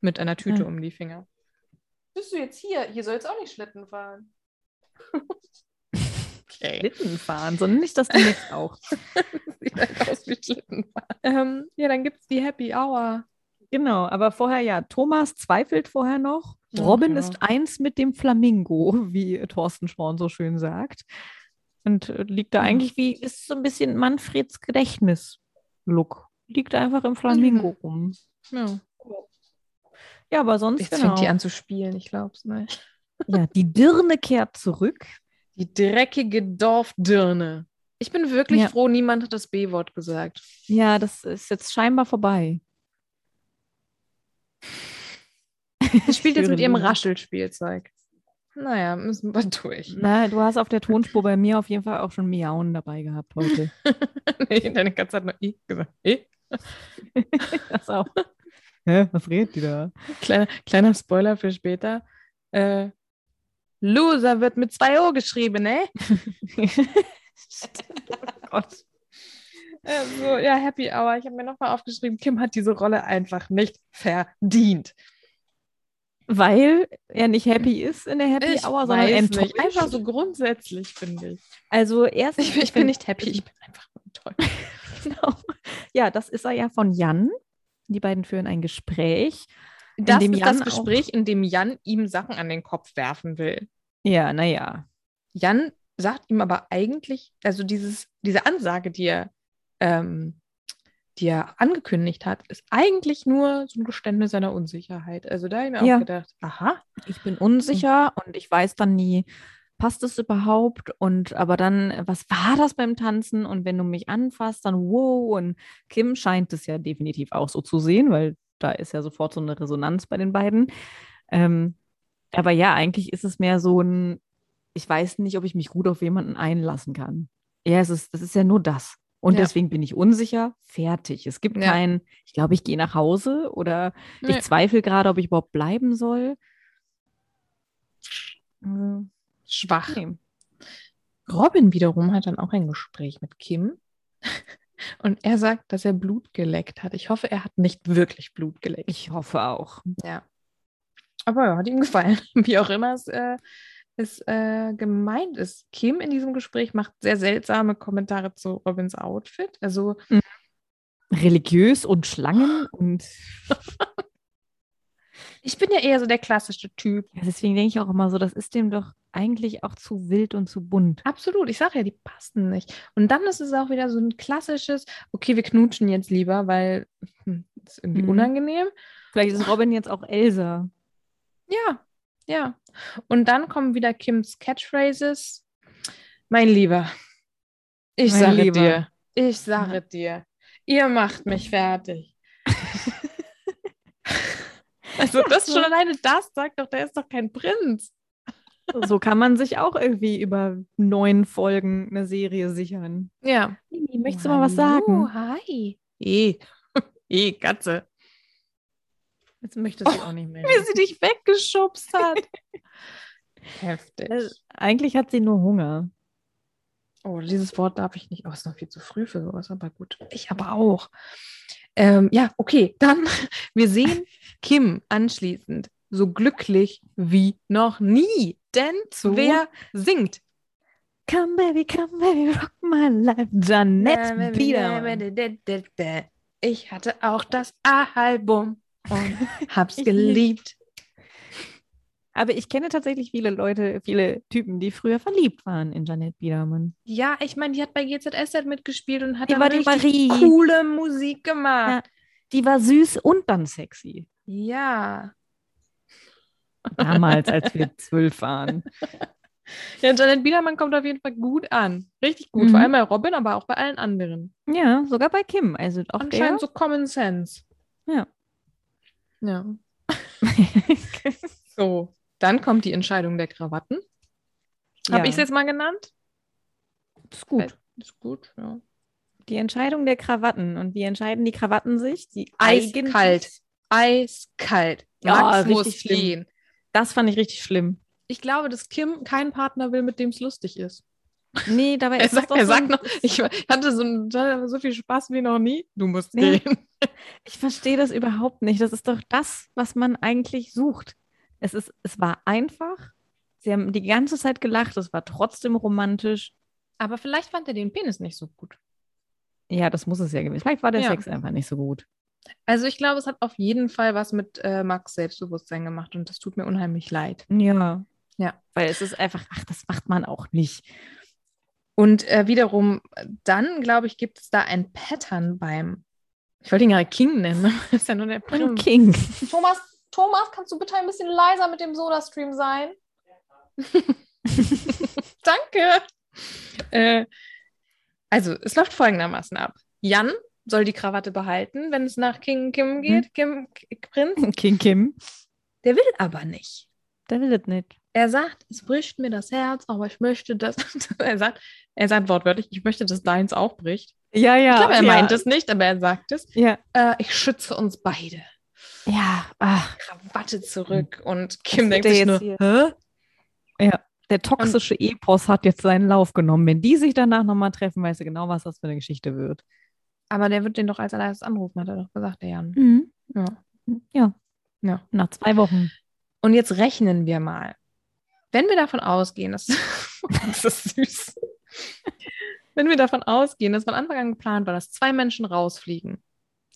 Speaker 2: mit einer Tüte
Speaker 3: Ja.
Speaker 2: um die Finger. Bist du jetzt hier? Hier soll jetzt auch nicht Schlitten fahren. okay.
Speaker 3: Schlitten fahren, sondern nicht, dass du jetzt auch.
Speaker 2: Sieht halt aus wie Schlitten fahren. Ähm, ja, dann gibt es die Happy Hour.
Speaker 3: Genau, aber vorher ja, Thomas zweifelt vorher noch.
Speaker 2: Ja, genau.
Speaker 3: Robin
Speaker 2: klar.
Speaker 3: ist eins mit dem Flamingo, wie Thorsten Schworn so schön sagt. Und äh, liegt da
Speaker 2: Ja.
Speaker 3: eigentlich wie, ist so ein bisschen Manfreds Gedächtnis-Look. Liegt einfach im
Speaker 2: Mhm.
Speaker 3: Flamingo rum.
Speaker 2: Ja.
Speaker 3: Ja, aber sonst
Speaker 2: Jetzt
Speaker 3: genau.
Speaker 2: fängt die an zu spielen, ich glaub's nicht.
Speaker 3: Ja, die Dirne kehrt zurück.
Speaker 2: Die dreckige Dorfdirne. Ich bin wirklich
Speaker 3: Ja.
Speaker 2: froh, niemand hat das B-Wort gesagt.
Speaker 3: Ja, das ist jetzt scheinbar vorbei.
Speaker 2: Sie spielt jetzt mit ihrem
Speaker 3: Rasch.
Speaker 2: Raschelspielzeug. Naja, müssen wir durch.
Speaker 3: Na, du hast auf der Tonspur bei mir auf jeden Fall auch schon Miauen dabei gehabt heute.
Speaker 2: nee, deine Katze hat nur I gesagt. I.
Speaker 3: Das auch. Hä, was redet die da?
Speaker 2: Kleiner, kleiner Spoiler für später. Äh, Loser wird mit 2 O geschrieben, ne?
Speaker 3: Gott.
Speaker 2: Äh, so, ja, Happy Hour. Ich habe mir nochmal aufgeschrieben, Kim hat diese Rolle einfach nicht verdient.
Speaker 3: Weil er nicht happy ist in der Happy
Speaker 2: ich
Speaker 3: Hour, sondern
Speaker 2: weiß
Speaker 3: enttäuscht.
Speaker 2: nicht. Einfach so grundsätzlich, finde ich.
Speaker 3: Also erst
Speaker 2: ich. Ich bin nicht happy, ich bin einfach nur enttäuscht.
Speaker 3: genau. Ja, das ist er ja von Jan. Die beiden führen ein Gespräch.
Speaker 2: Das
Speaker 3: dem
Speaker 2: ist
Speaker 3: Jan
Speaker 2: das Gespräch, in dem Jan ihm Sachen an den Kopf werfen will.
Speaker 3: Ja, naja.
Speaker 2: Jan sagt ihm aber eigentlich, also dieses, diese Ansage, die er, ähm, die er angekündigt hat, ist eigentlich nur so ein Geständnis seiner Unsicherheit. Also da habe ich mir
Speaker 3: Ja.
Speaker 2: auch gedacht, aha,
Speaker 3: Ich bin unsicher und ich weiß dann nie, passt es überhaupt? Und aber dann, äh, was war das beim Tanzen? Und wenn du mich anfasst, dann wow. Und Kim scheint es ja definitiv auch so zu sehen, weil da ist ja sofort so eine Resonanz bei den beiden. Ähm, aber ja, eigentlich ist es mehr so ein, ich weiß nicht, ob ich mich gut auf jemanden einlassen kann. Ja, es ist, das ist ja nur das. Und
Speaker 2: Ja.
Speaker 3: deswegen bin ich unsicher, fertig. Es gibt
Speaker 2: Ja.
Speaker 3: kein, ich glaube, ich gehe nach Hause oder
Speaker 2: Nee.
Speaker 3: ich zweifle gerade, ob ich überhaupt bleiben soll. Also,
Speaker 2: schwach.
Speaker 3: nee.
Speaker 2: Robin wiederum hat dann auch ein Gespräch mit Kim. Und er sagt, dass er Blut geleckt hat. Ich hoffe, er hat nicht wirklich Blut geleckt.
Speaker 3: Ich hoffe auch.
Speaker 2: Aber ja, hat ihm gefallen. Wie auch immer es, äh, es äh, gemeint ist. Kim in diesem Gespräch macht sehr seltsame Kommentare zu Robins Outfit. Also
Speaker 3: Religiös und Schlangen und
Speaker 2: Ich bin ja eher so der klassische Typ.
Speaker 3: ja, deswegen denke ich auch immer so, das ist dem doch eigentlich auch zu wild und zu bunt.
Speaker 2: Absolut, ich sage ja, die passen nicht. Und dann ist es auch wieder so ein klassisches, okay, wir knutschen jetzt lieber, weil hm, ist irgendwie
Speaker 3: Mhm.
Speaker 2: unangenehm.
Speaker 3: Vielleicht ist Robin jetzt auch Elsa.
Speaker 2: Ja, ja. Und dann kommen wieder Kims Catchphrases. Mein Lieber, ich
Speaker 3: Mein
Speaker 2: sage
Speaker 3: Lieber.
Speaker 2: dir, ich sage dir, ihr macht mich fertig. also das
Speaker 3: so.
Speaker 2: schon alleine das sagt doch, der ist doch kein Prinz.
Speaker 3: So kann man sich auch irgendwie über neun Folgen eine Serie sichern.
Speaker 2: Ja.
Speaker 3: Mimi, möchtest du mal was sagen?
Speaker 2: hi. Eh, eh, Katze. Oh,
Speaker 3: Jetzt möchtest du auch nicht mehr.
Speaker 2: wie sie dich weggeschubst hat. Äh, Heftig.
Speaker 3: Also, eigentlich hat sie nur Hunger.
Speaker 2: Oh, dieses Wort darf ich nicht. Oh, ist noch viel zu früh für sowas, aber gut. Ich aber auch. Ähm, ja, okay. Dann, wir sehen Kim anschließend so glücklich wie noch nie. Denn
Speaker 3: So?
Speaker 2: wer singt?
Speaker 3: Come, baby, come, baby, rock my life.
Speaker 2: Äh,
Speaker 3: Janette Biedermann.
Speaker 2: wieder. Ich hatte auch das A-Album und hab's
Speaker 3: Ich
Speaker 2: geliebt.
Speaker 3: Aber ich kenne tatsächlich viele Leute, viele Typen, die früher verliebt waren in Janette Biedermann.
Speaker 2: Ja, ich meine, die hat bei GZSZ halt mitgespielt und hat
Speaker 3: Die
Speaker 2: dann
Speaker 3: war die
Speaker 2: richtig
Speaker 3: Marie.
Speaker 2: coole Musik gemacht.
Speaker 3: Die war süß und dann sexy.
Speaker 2: Ja.
Speaker 3: Damals, als wir zwölf waren.
Speaker 2: Ja, Janet Biedermann kommt auf jeden Fall gut an. Richtig gut.
Speaker 3: Mhm.
Speaker 2: Vor allem bei Robin, aber auch bei allen anderen.
Speaker 3: Ja, sogar bei Kim. Also auch
Speaker 2: Anscheinend so Common Sense.
Speaker 3: Ja.
Speaker 2: Ja.
Speaker 3: der.
Speaker 2: So. Dann kommt die Entscheidung der Krawatten.
Speaker 3: ja,
Speaker 2: Habe ich es jetzt mal genannt?
Speaker 3: ist gut.
Speaker 2: Ist gut, ja.
Speaker 3: Die Entscheidung der Krawatten. Und wie entscheiden die Krawatten sich? Die
Speaker 2: Eiskalt.
Speaker 3: eigentlich-
Speaker 2: eiskalt.
Speaker 3: Ja,
Speaker 2: Max muss
Speaker 3: richtig schlimm.
Speaker 2: fliehen.
Speaker 3: Das fand ich richtig schlimm.
Speaker 2: Ich glaube, dass Kim keinen Partner will, mit dem es lustig ist.
Speaker 3: Nee, dabei
Speaker 2: Er
Speaker 3: ist das
Speaker 2: sagt,
Speaker 3: doch
Speaker 2: er
Speaker 3: so
Speaker 2: sagt
Speaker 3: ein-
Speaker 2: noch, ich hatte so, ein, so viel Spaß wie noch nie. Du musst
Speaker 3: Ja.
Speaker 2: gehen.
Speaker 3: Ich verstehe das überhaupt nicht. Das ist doch das, was man eigentlich sucht. Es ist, es war einfach. Sie haben die ganze Zeit gelacht. Es war trotzdem romantisch.
Speaker 2: Aber vielleicht fand er den Penis nicht so gut.
Speaker 3: Ja, das muss es ja gewesen. Vielleicht war der
Speaker 2: Ja.
Speaker 3: Sex einfach nicht so gut.
Speaker 2: Also ich glaube, es hat auf jeden Fall was mit äh, Max Selbstbewusstsein gemacht und das tut mir unheimlich leid.
Speaker 3: Ja.
Speaker 2: Ja.
Speaker 3: Weil es ist einfach, ach, das macht man auch nicht.
Speaker 2: Und äh, wiederum, dann glaube ich, gibt es da ein Pattern beim, ich wollte ihn gerade King nennen, ne? das ist ja nur der Prim.
Speaker 3: Beim King.
Speaker 4: Thomas, Thomas, kannst du bitte ein bisschen leiser mit dem Soda-Stream sein?
Speaker 2: Danke. Äh, also es läuft folgendermaßen ab. Jan soll die Krawatte behalten, wenn es nach King
Speaker 4: Mhm.
Speaker 2: Kim geht, Kim K- Prinz.
Speaker 3: King Kim.
Speaker 2: Der will aber nicht.
Speaker 3: Der will das nicht.
Speaker 2: Er sagt, es bricht mir das Herz, aber ich möchte das. er, sagt, er sagt wortwörtlich, ich möchte, dass deins auch bricht.
Speaker 3: Ja, ja.
Speaker 2: Ich glaube, er
Speaker 3: ja.
Speaker 2: meint es nicht, aber er sagt es.
Speaker 3: Ja.
Speaker 2: Äh, ich schütze uns beide.
Speaker 3: Ja, ach.
Speaker 2: Krawatte zurück. Und Kim
Speaker 3: Was
Speaker 2: denkt
Speaker 3: wird
Speaker 2: sich
Speaker 3: der
Speaker 2: nur,
Speaker 3: jetzt Hä? Ja, der toxische Epos hat jetzt seinen Lauf genommen. Wenn die sich danach nochmal treffen, weißt du genau, was das für eine Geschichte wird.
Speaker 2: aber der wird den doch als allererstes anrufen, hat er doch gesagt, der Jan. Ja.
Speaker 3: Mhm. Ja.
Speaker 2: Ja.
Speaker 3: Nach zwei Wochen.
Speaker 2: Und jetzt rechnen wir mal. Wenn wir davon ausgehen, dass das ist süß. Wenn wir davon ausgehen, dass von Anfang an geplant war, dass zwei Menschen rausfliegen,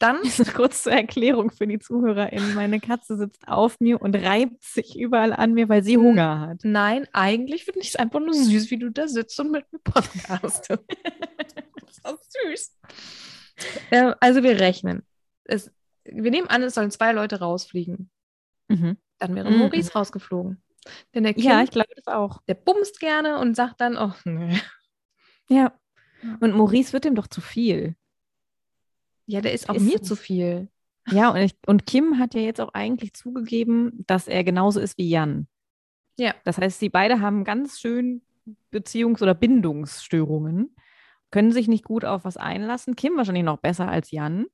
Speaker 2: dann
Speaker 3: Kurz zur Erklärung für die ZuhörerInnen. Meine Katze sitzt auf mir und reibt sich überall an mir, weil sie Hunger hat.
Speaker 2: Nein, eigentlich finde ich es einfach nur süß, wie du da sitzt und mit mir podcastest. das ist doch süß. Ähm, also wir rechnen. Es, wir nehmen an, es sollen zwei Leute rausfliegen. Dann wäre
Speaker 3: Mhm.
Speaker 2: Maurice rausgeflogen. Denn der Kind,
Speaker 3: Ja, ich glaube das auch.
Speaker 2: der bumst gerne und sagt dann, oh nee.
Speaker 3: Ja. Und Maurice wird dem doch zu viel.
Speaker 2: Ja, der ist auch
Speaker 3: Ist
Speaker 2: mir
Speaker 3: es.
Speaker 2: zu viel.
Speaker 3: Ja, und, ich, und Kim hat ja jetzt auch eigentlich zugegeben, dass er genauso ist wie Jan.
Speaker 2: Ja.
Speaker 3: Das heißt, sie beide haben ganz schön Beziehungs- oder Bindungsstörungen, können sich nicht gut auf was einlassen. Kim wahrscheinlich noch besser als Jan,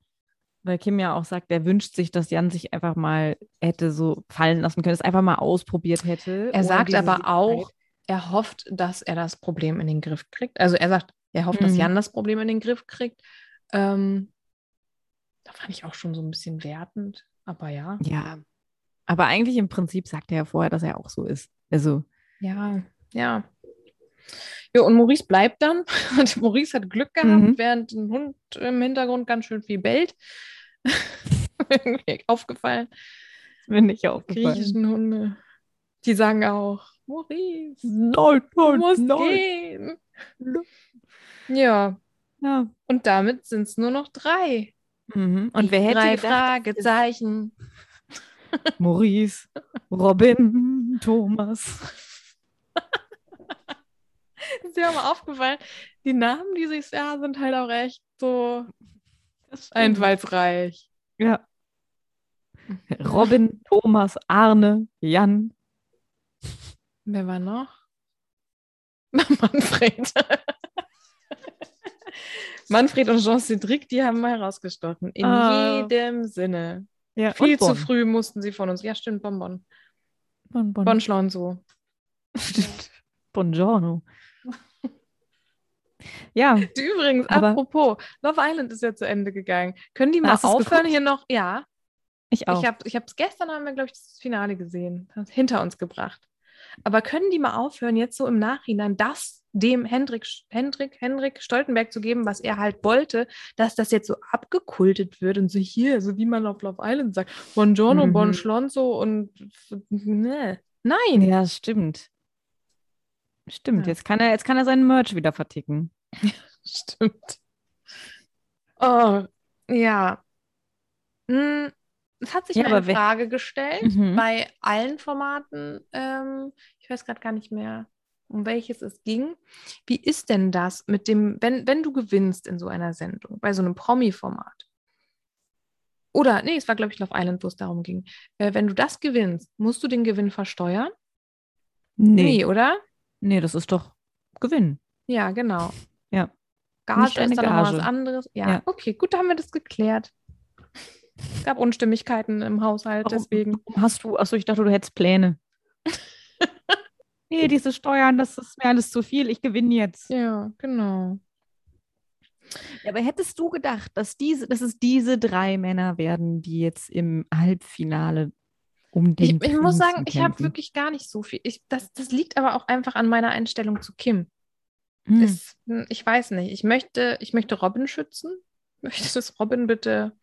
Speaker 3: weil Kim ja auch sagt, er wünscht sich, dass Jan sich einfach mal hätte so fallen lassen können, es einfach mal ausprobiert hätte.
Speaker 2: Er
Speaker 3: ohne
Speaker 2: sagt
Speaker 3: diese
Speaker 2: aber
Speaker 3: Sicherheit.
Speaker 2: auch, er hofft, dass er das Problem in den Griff kriegt. Also er sagt, er hofft, dass
Speaker 3: Mhm.
Speaker 2: Jan das Problem in den Griff kriegt. Ähm, da fand ich auch schon so ein bisschen wertend, aber ja.
Speaker 3: Ja. Aber eigentlich im Prinzip sagt er ja vorher, dass er auch so ist. Also,
Speaker 2: Ja, ja. Ja, und Maurice bleibt dann. Und Maurice hat Glück gehabt,
Speaker 3: Mhm.
Speaker 2: während ein Hund im Hintergrund ganz schön viel bellt. Irgendwie aufgefallen.
Speaker 3: ist mir nicht aufgefallen.
Speaker 2: Griechischen Hunde, die sagen auch, Maurice,
Speaker 3: Nein,
Speaker 2: du
Speaker 3: nein,
Speaker 2: musst
Speaker 3: nein.
Speaker 2: gehen. Ja,
Speaker 3: Ja.
Speaker 2: und damit sind es nur noch drei.
Speaker 3: Mhm. Und wer hätte
Speaker 2: drei
Speaker 3: gedacht,
Speaker 2: Fragezeichen.
Speaker 3: Maurice, Robin, Thomas.
Speaker 2: Ist dir mal aufgefallen, die Namen, die sich ja, sind halt auch echt so einfallsreich.
Speaker 3: Ja. Robin, Thomas, Arne, Jan.
Speaker 2: Wer war noch? Manfred. Manfred und Jean Cédric, die haben mal rausgestochen. In
Speaker 3: Ah.
Speaker 2: jedem Sinne.
Speaker 3: Ja,
Speaker 2: Viel
Speaker 3: und Bonn.
Speaker 2: zu früh mussten sie von uns. Ja, stimmt, Bonbon.
Speaker 3: Bonn, Bonn.
Speaker 2: Bonn schlau und so.
Speaker 3: Stimmt. Buongiorno. Ja,
Speaker 2: Übrigens,
Speaker 3: Aber-
Speaker 2: apropos, Love Island ist ja zu Ende gegangen. Können die mal
Speaker 3: Hast du's
Speaker 2: aufhören
Speaker 3: geguckt? Oh.
Speaker 2: hier noch? Ja,
Speaker 3: ich auch.
Speaker 2: ich habe ich hab's gestern, haben wir, glaube ich, das Finale gesehen. Das hinter uns gebracht. Aber können die mal aufhören, jetzt so im Nachhinein das dem Hendrik, Hendrik, Hendrik Stoltenberg zu geben, was er halt wollte, dass das jetzt so abgekultet wird und so hier, so wie man auf Love Island sagt, Buongiorno,
Speaker 3: Mhm.
Speaker 2: Bon Schlonzo und ne. Nein.
Speaker 3: ja, stimmt. Stimmt,
Speaker 2: Ja.
Speaker 3: Jetzt, kann er, jetzt kann er seinen Merch wieder verticken.
Speaker 2: Stimmt. Oh, ja. Hm, Es hat sich
Speaker 3: Ja,
Speaker 2: mir
Speaker 3: aber
Speaker 2: eine
Speaker 3: wer-
Speaker 2: Frage gestellt
Speaker 3: Mhm.
Speaker 2: bei allen Formaten. Ähm, ich weiß gerade gar nicht mehr, um welches es ging. Wie ist denn das mit dem, wenn, wenn du gewinnst in so einer Sendung, bei so einem Promi-Format? Oder, nee, es war, glaube ich, Love Island, wo es darum ging. Äh, wenn du das gewinnst, musst du den Gewinn versteuern?
Speaker 3: Nee.
Speaker 2: Nee, oder?
Speaker 3: nee, das ist doch Gewinn.
Speaker 2: Ja, genau.
Speaker 3: Ja.
Speaker 2: Gage
Speaker 3: Nicht eine
Speaker 2: ist dann nochmal was
Speaker 3: Gage.
Speaker 2: anderes. Ja.
Speaker 3: Ja.
Speaker 2: okay, gut, da haben wir das geklärt. Es gab Unstimmigkeiten im Haushalt,
Speaker 3: Warum?
Speaker 2: deswegen.
Speaker 3: Hast du, achso, ich dachte, du hättest Pläne. nee, diese Steuern, das ist mir alles zu viel. Ich gewinne jetzt.
Speaker 2: Ja, genau.
Speaker 3: Ja, aber hättest du gedacht, dass, diese, dass es diese drei Männer werden, die jetzt im Halbfinale um
Speaker 2: Ich,
Speaker 3: den
Speaker 2: ich
Speaker 3: Prinzen
Speaker 2: muss sagen, ich habe
Speaker 3: kämpfen?
Speaker 2: wirklich gar nicht so viel. Ich, das, das liegt aber auch einfach an meiner Einstellung zu Kim.
Speaker 3: Hm.
Speaker 2: Es, hm, ich weiß nicht. Ich möchte, ich möchte Robin schützen. Möchte das Robin bitte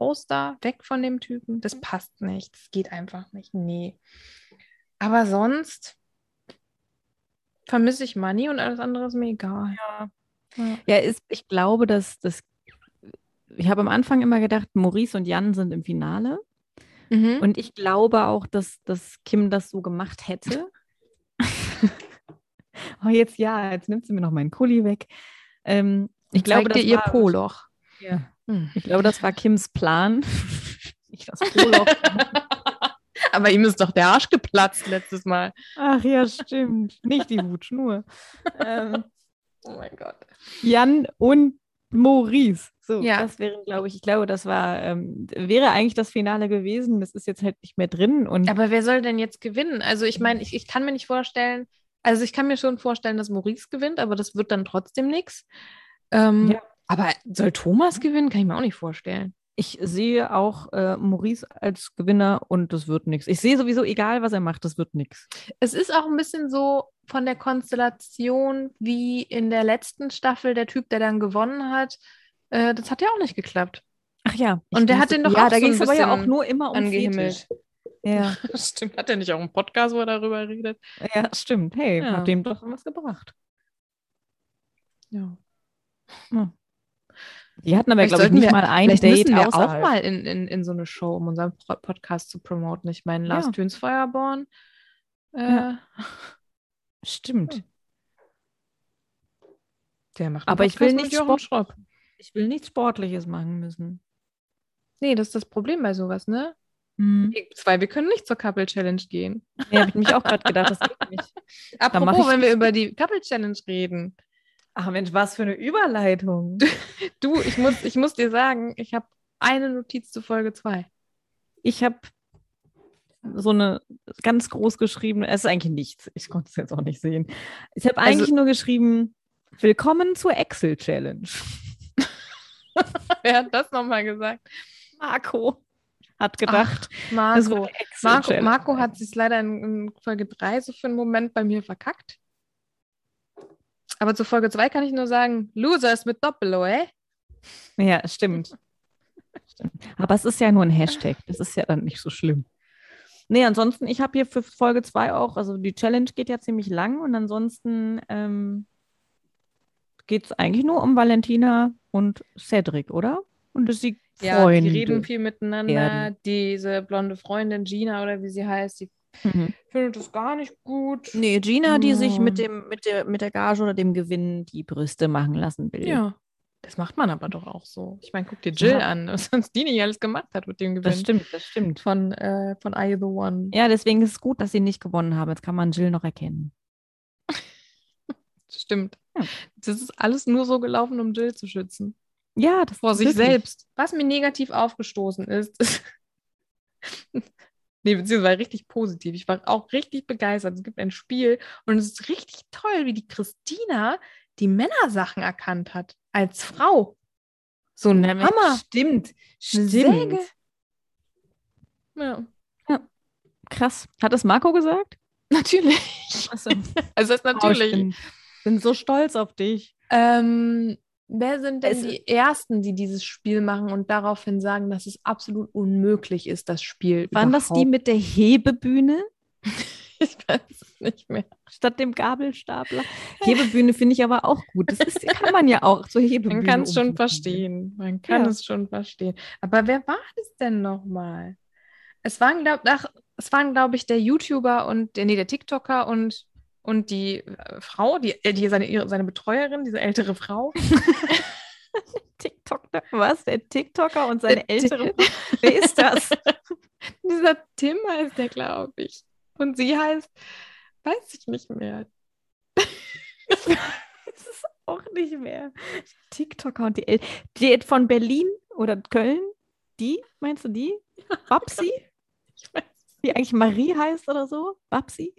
Speaker 2: raus da, weg von dem Typen. Das passt nicht. Das geht einfach nicht. Nee. Aber sonst vermisse ich Money und alles andere ist mir egal. Ja.
Speaker 3: Ja, ist, ich glaube, dass das. Ich habe am Anfang immer gedacht, Maurice und Jan sind im Finale.
Speaker 2: Mhm.
Speaker 3: Und ich glaube auch, dass, dass Kim das so gemacht hätte. oh, jetzt ja, jetzt nimmt sie mir noch meinen Kuli weg. Ähm, ich glaube,
Speaker 2: Zeig dir
Speaker 3: das
Speaker 2: ihr
Speaker 3: war,
Speaker 2: Poloch.
Speaker 3: Ja.
Speaker 2: Hm.
Speaker 3: Ich glaube, das war Kims Plan. Nicht das Poloch.
Speaker 2: Aber ihm ist doch der Arsch geplatzt letztes Mal.
Speaker 3: Ach ja, stimmt. Nicht die Hutschnur. ähm,
Speaker 4: Oh mein Gott.
Speaker 3: Jan und Maurice. So,
Speaker 2: Ja.
Speaker 3: das wären, glaube ich, ich glaube, das war, ähm, wäre eigentlich das Finale gewesen. Das ist jetzt halt nicht mehr drin. Und
Speaker 2: Aber wer soll denn jetzt gewinnen? Also ich meine, ich, ich kann mir nicht vorstellen, also ich kann mir schon vorstellen, dass Maurice gewinnt, aber das wird dann trotzdem nichts. Ähm,
Speaker 3: Ja.
Speaker 2: Aber soll Thomas gewinnen? Kann ich mir auch nicht vorstellen.
Speaker 3: ich sehe auch äh, Maurice als Gewinner und das wird nichts. Ich sehe sowieso, egal was er macht, das wird nichts.
Speaker 2: Es ist auch ein bisschen so von der Konstellation wie in der letzten Staffel der Typ, der dann gewonnen hat. Äh, das hat ja auch nicht geklappt.
Speaker 3: Ach ja.
Speaker 2: Und der hat den doch
Speaker 3: ja,
Speaker 2: auch
Speaker 3: da
Speaker 2: so
Speaker 3: ging es
Speaker 2: ein
Speaker 3: aber ja auch
Speaker 2: bisschen
Speaker 3: nur immer um
Speaker 2: angehimmelt.
Speaker 3: Fetisch. Ja,
Speaker 2: Stimmt, hat er nicht auch einen Podcast, wo er darüber redet?
Speaker 3: ja, stimmt. Hey,
Speaker 2: Ja.
Speaker 3: hat dem doch was gebracht.
Speaker 2: Ja.
Speaker 3: Die hatten aber,
Speaker 2: Vielleicht
Speaker 3: glaube ich,
Speaker 2: sollten
Speaker 3: nicht
Speaker 2: wir-
Speaker 3: mal ein
Speaker 2: Vielleicht
Speaker 3: Date
Speaker 2: müssen wir
Speaker 3: außerhalb.
Speaker 2: auch mal in, in, in so eine Show, um unseren Pro- Podcast zu promoten. Ich meine, Lars
Speaker 3: Ja.
Speaker 2: Töns Feuerborn. Äh,
Speaker 3: Ja. Stimmt.
Speaker 2: Ja. Der macht einen
Speaker 3: Aber ich will
Speaker 2: Podcast
Speaker 3: nicht
Speaker 2: mit Jochen
Speaker 3: Sport-
Speaker 2: Schropp.
Speaker 3: Ich will nichts Sportliches machen müssen.
Speaker 2: Nee, das ist das Problem bei sowas, ne?
Speaker 3: Hm.
Speaker 2: Wir zwei, wir können nicht zur Couple Challenge gehen.
Speaker 3: Ja, habe ich mich auch gerade gedacht, das geht nicht. mach
Speaker 2: Apropos,
Speaker 3: ich-
Speaker 2: wenn wir über die Couple Challenge reden.
Speaker 3: Ach Ah, Mensch, was für eine Überleitung.
Speaker 2: Du, ich muss, ich muss dir sagen, ich habe eine Notiz zu Folge 2.
Speaker 3: Ich habe so eine ganz groß geschriebene, es ist eigentlich nichts, ich konnte es jetzt auch nicht sehen. Ich habe
Speaker 2: Also-
Speaker 3: eigentlich nur geschrieben, willkommen zur Excel-Challenge.
Speaker 2: Wer hat das nochmal gesagt?
Speaker 3: Marco hat gedacht, es
Speaker 2: Marco.
Speaker 3: wird eine
Speaker 2: Marco,
Speaker 3: Excel-Challenge.
Speaker 2: Marco hat sich leider in, in Folge 3 so für einen Moment bei mir verkackt. Aber zu Folge 2 kann ich nur sagen, Loser ist mit Doppelo, eh?
Speaker 3: Ja, stimmt. stimmt. Aber es ist ja nur ein Hashtag, das ist ja dann nicht so schlimm. Nee, ansonsten, ich habe hier für Folge 2 auch, also die Challenge geht ja ziemlich lang und ansonsten ähm, geht es eigentlich nur um Valentina und Cedric, oder? Und dass sie
Speaker 2: Ja,
Speaker 3: Freunde.
Speaker 2: die reden viel miteinander.
Speaker 3: werden.
Speaker 2: Diese blonde Freundin Gina oder wie sie heißt, die
Speaker 3: Mhm. Oh.
Speaker 2: findet das gar nicht gut.
Speaker 3: Nee, Gina, die sich mit,
Speaker 2: Ja.
Speaker 3: dem, mit, der, mit der Gage oder dem Gewinn die Brüste machen lassen will.
Speaker 2: Ja. Das macht man aber doch auch so. Ich meine, guck dir Jill
Speaker 3: Ja.
Speaker 2: an, was sonst die nicht alles gemacht hat mit dem
Speaker 3: das
Speaker 2: Gewinn
Speaker 3: stimmt, das stimmt.
Speaker 2: von, äh, von I the One.
Speaker 3: Ja, deswegen ist es gut, dass sie nicht gewonnen haben. Jetzt kann man Jill noch erkennen.
Speaker 2: Stimmt.
Speaker 3: Ja.
Speaker 2: Das ist alles nur so gelaufen, um Jill zu schützen.
Speaker 3: Ja, das
Speaker 2: vor
Speaker 3: ist
Speaker 2: sich
Speaker 3: wirklich-
Speaker 2: selbst. Was mir negativ aufgestoßen ist, ist nee, beziehungsweise richtig positiv. Ich war auch richtig begeistert. Es gibt ein Spiel und es ist richtig toll, wie die Christina die Männersachen erkannt hat als Frau. So ein Hammer.
Speaker 3: Stimmt,
Speaker 2: Eine
Speaker 3: stimmt.
Speaker 2: Säge. Ja,
Speaker 3: Krass. Hat das Marco gesagt?
Speaker 2: natürlich.
Speaker 3: Achso.
Speaker 2: Also das ist
Speaker 3: Ich
Speaker 2: natürlich.
Speaker 3: bin, bin so stolz auf dich.
Speaker 2: Ähm, wer sind denn
Speaker 3: Es-
Speaker 2: die Ersten, die dieses Spiel machen und daraufhin sagen, dass es absolut unmöglich ist, das Spiel
Speaker 3: Waren das die
Speaker 2: überhaupt-
Speaker 3: mit der Hebebühne
Speaker 2: Ich weiß es nicht mehr.
Speaker 3: statt dem Gabelstapler? Hebebühne finde ich aber auch gut. Das ist, kann man ja auch zur Hebebühne.
Speaker 2: Man kann es schon
Speaker 3: umfunktionieren.
Speaker 2: verstehen. Man kann
Speaker 3: Ja.
Speaker 2: es schon verstehen. Aber wer war es denn nochmal? Es waren, glaube ach, es waren, glaube ich, der YouTuber und der, nee, der TikToker und, und die äh, Frau, die, äh, die seine, ihre, seine Betreuerin, diese ältere Frau.
Speaker 3: TikTok, ne? was? Der TikToker und seine
Speaker 2: Der Ti-
Speaker 3: ältere. Wer ist das?
Speaker 2: Dieser Tim heißt der, glaube ich. Und sie heißt, weiß ich nicht mehr.
Speaker 3: Das ist auch nicht mehr. TikToker und die El die von Berlin oder Köln? Die? Meinst du die? Babsi? Wie eigentlich Marie heißt oder so? Babsi?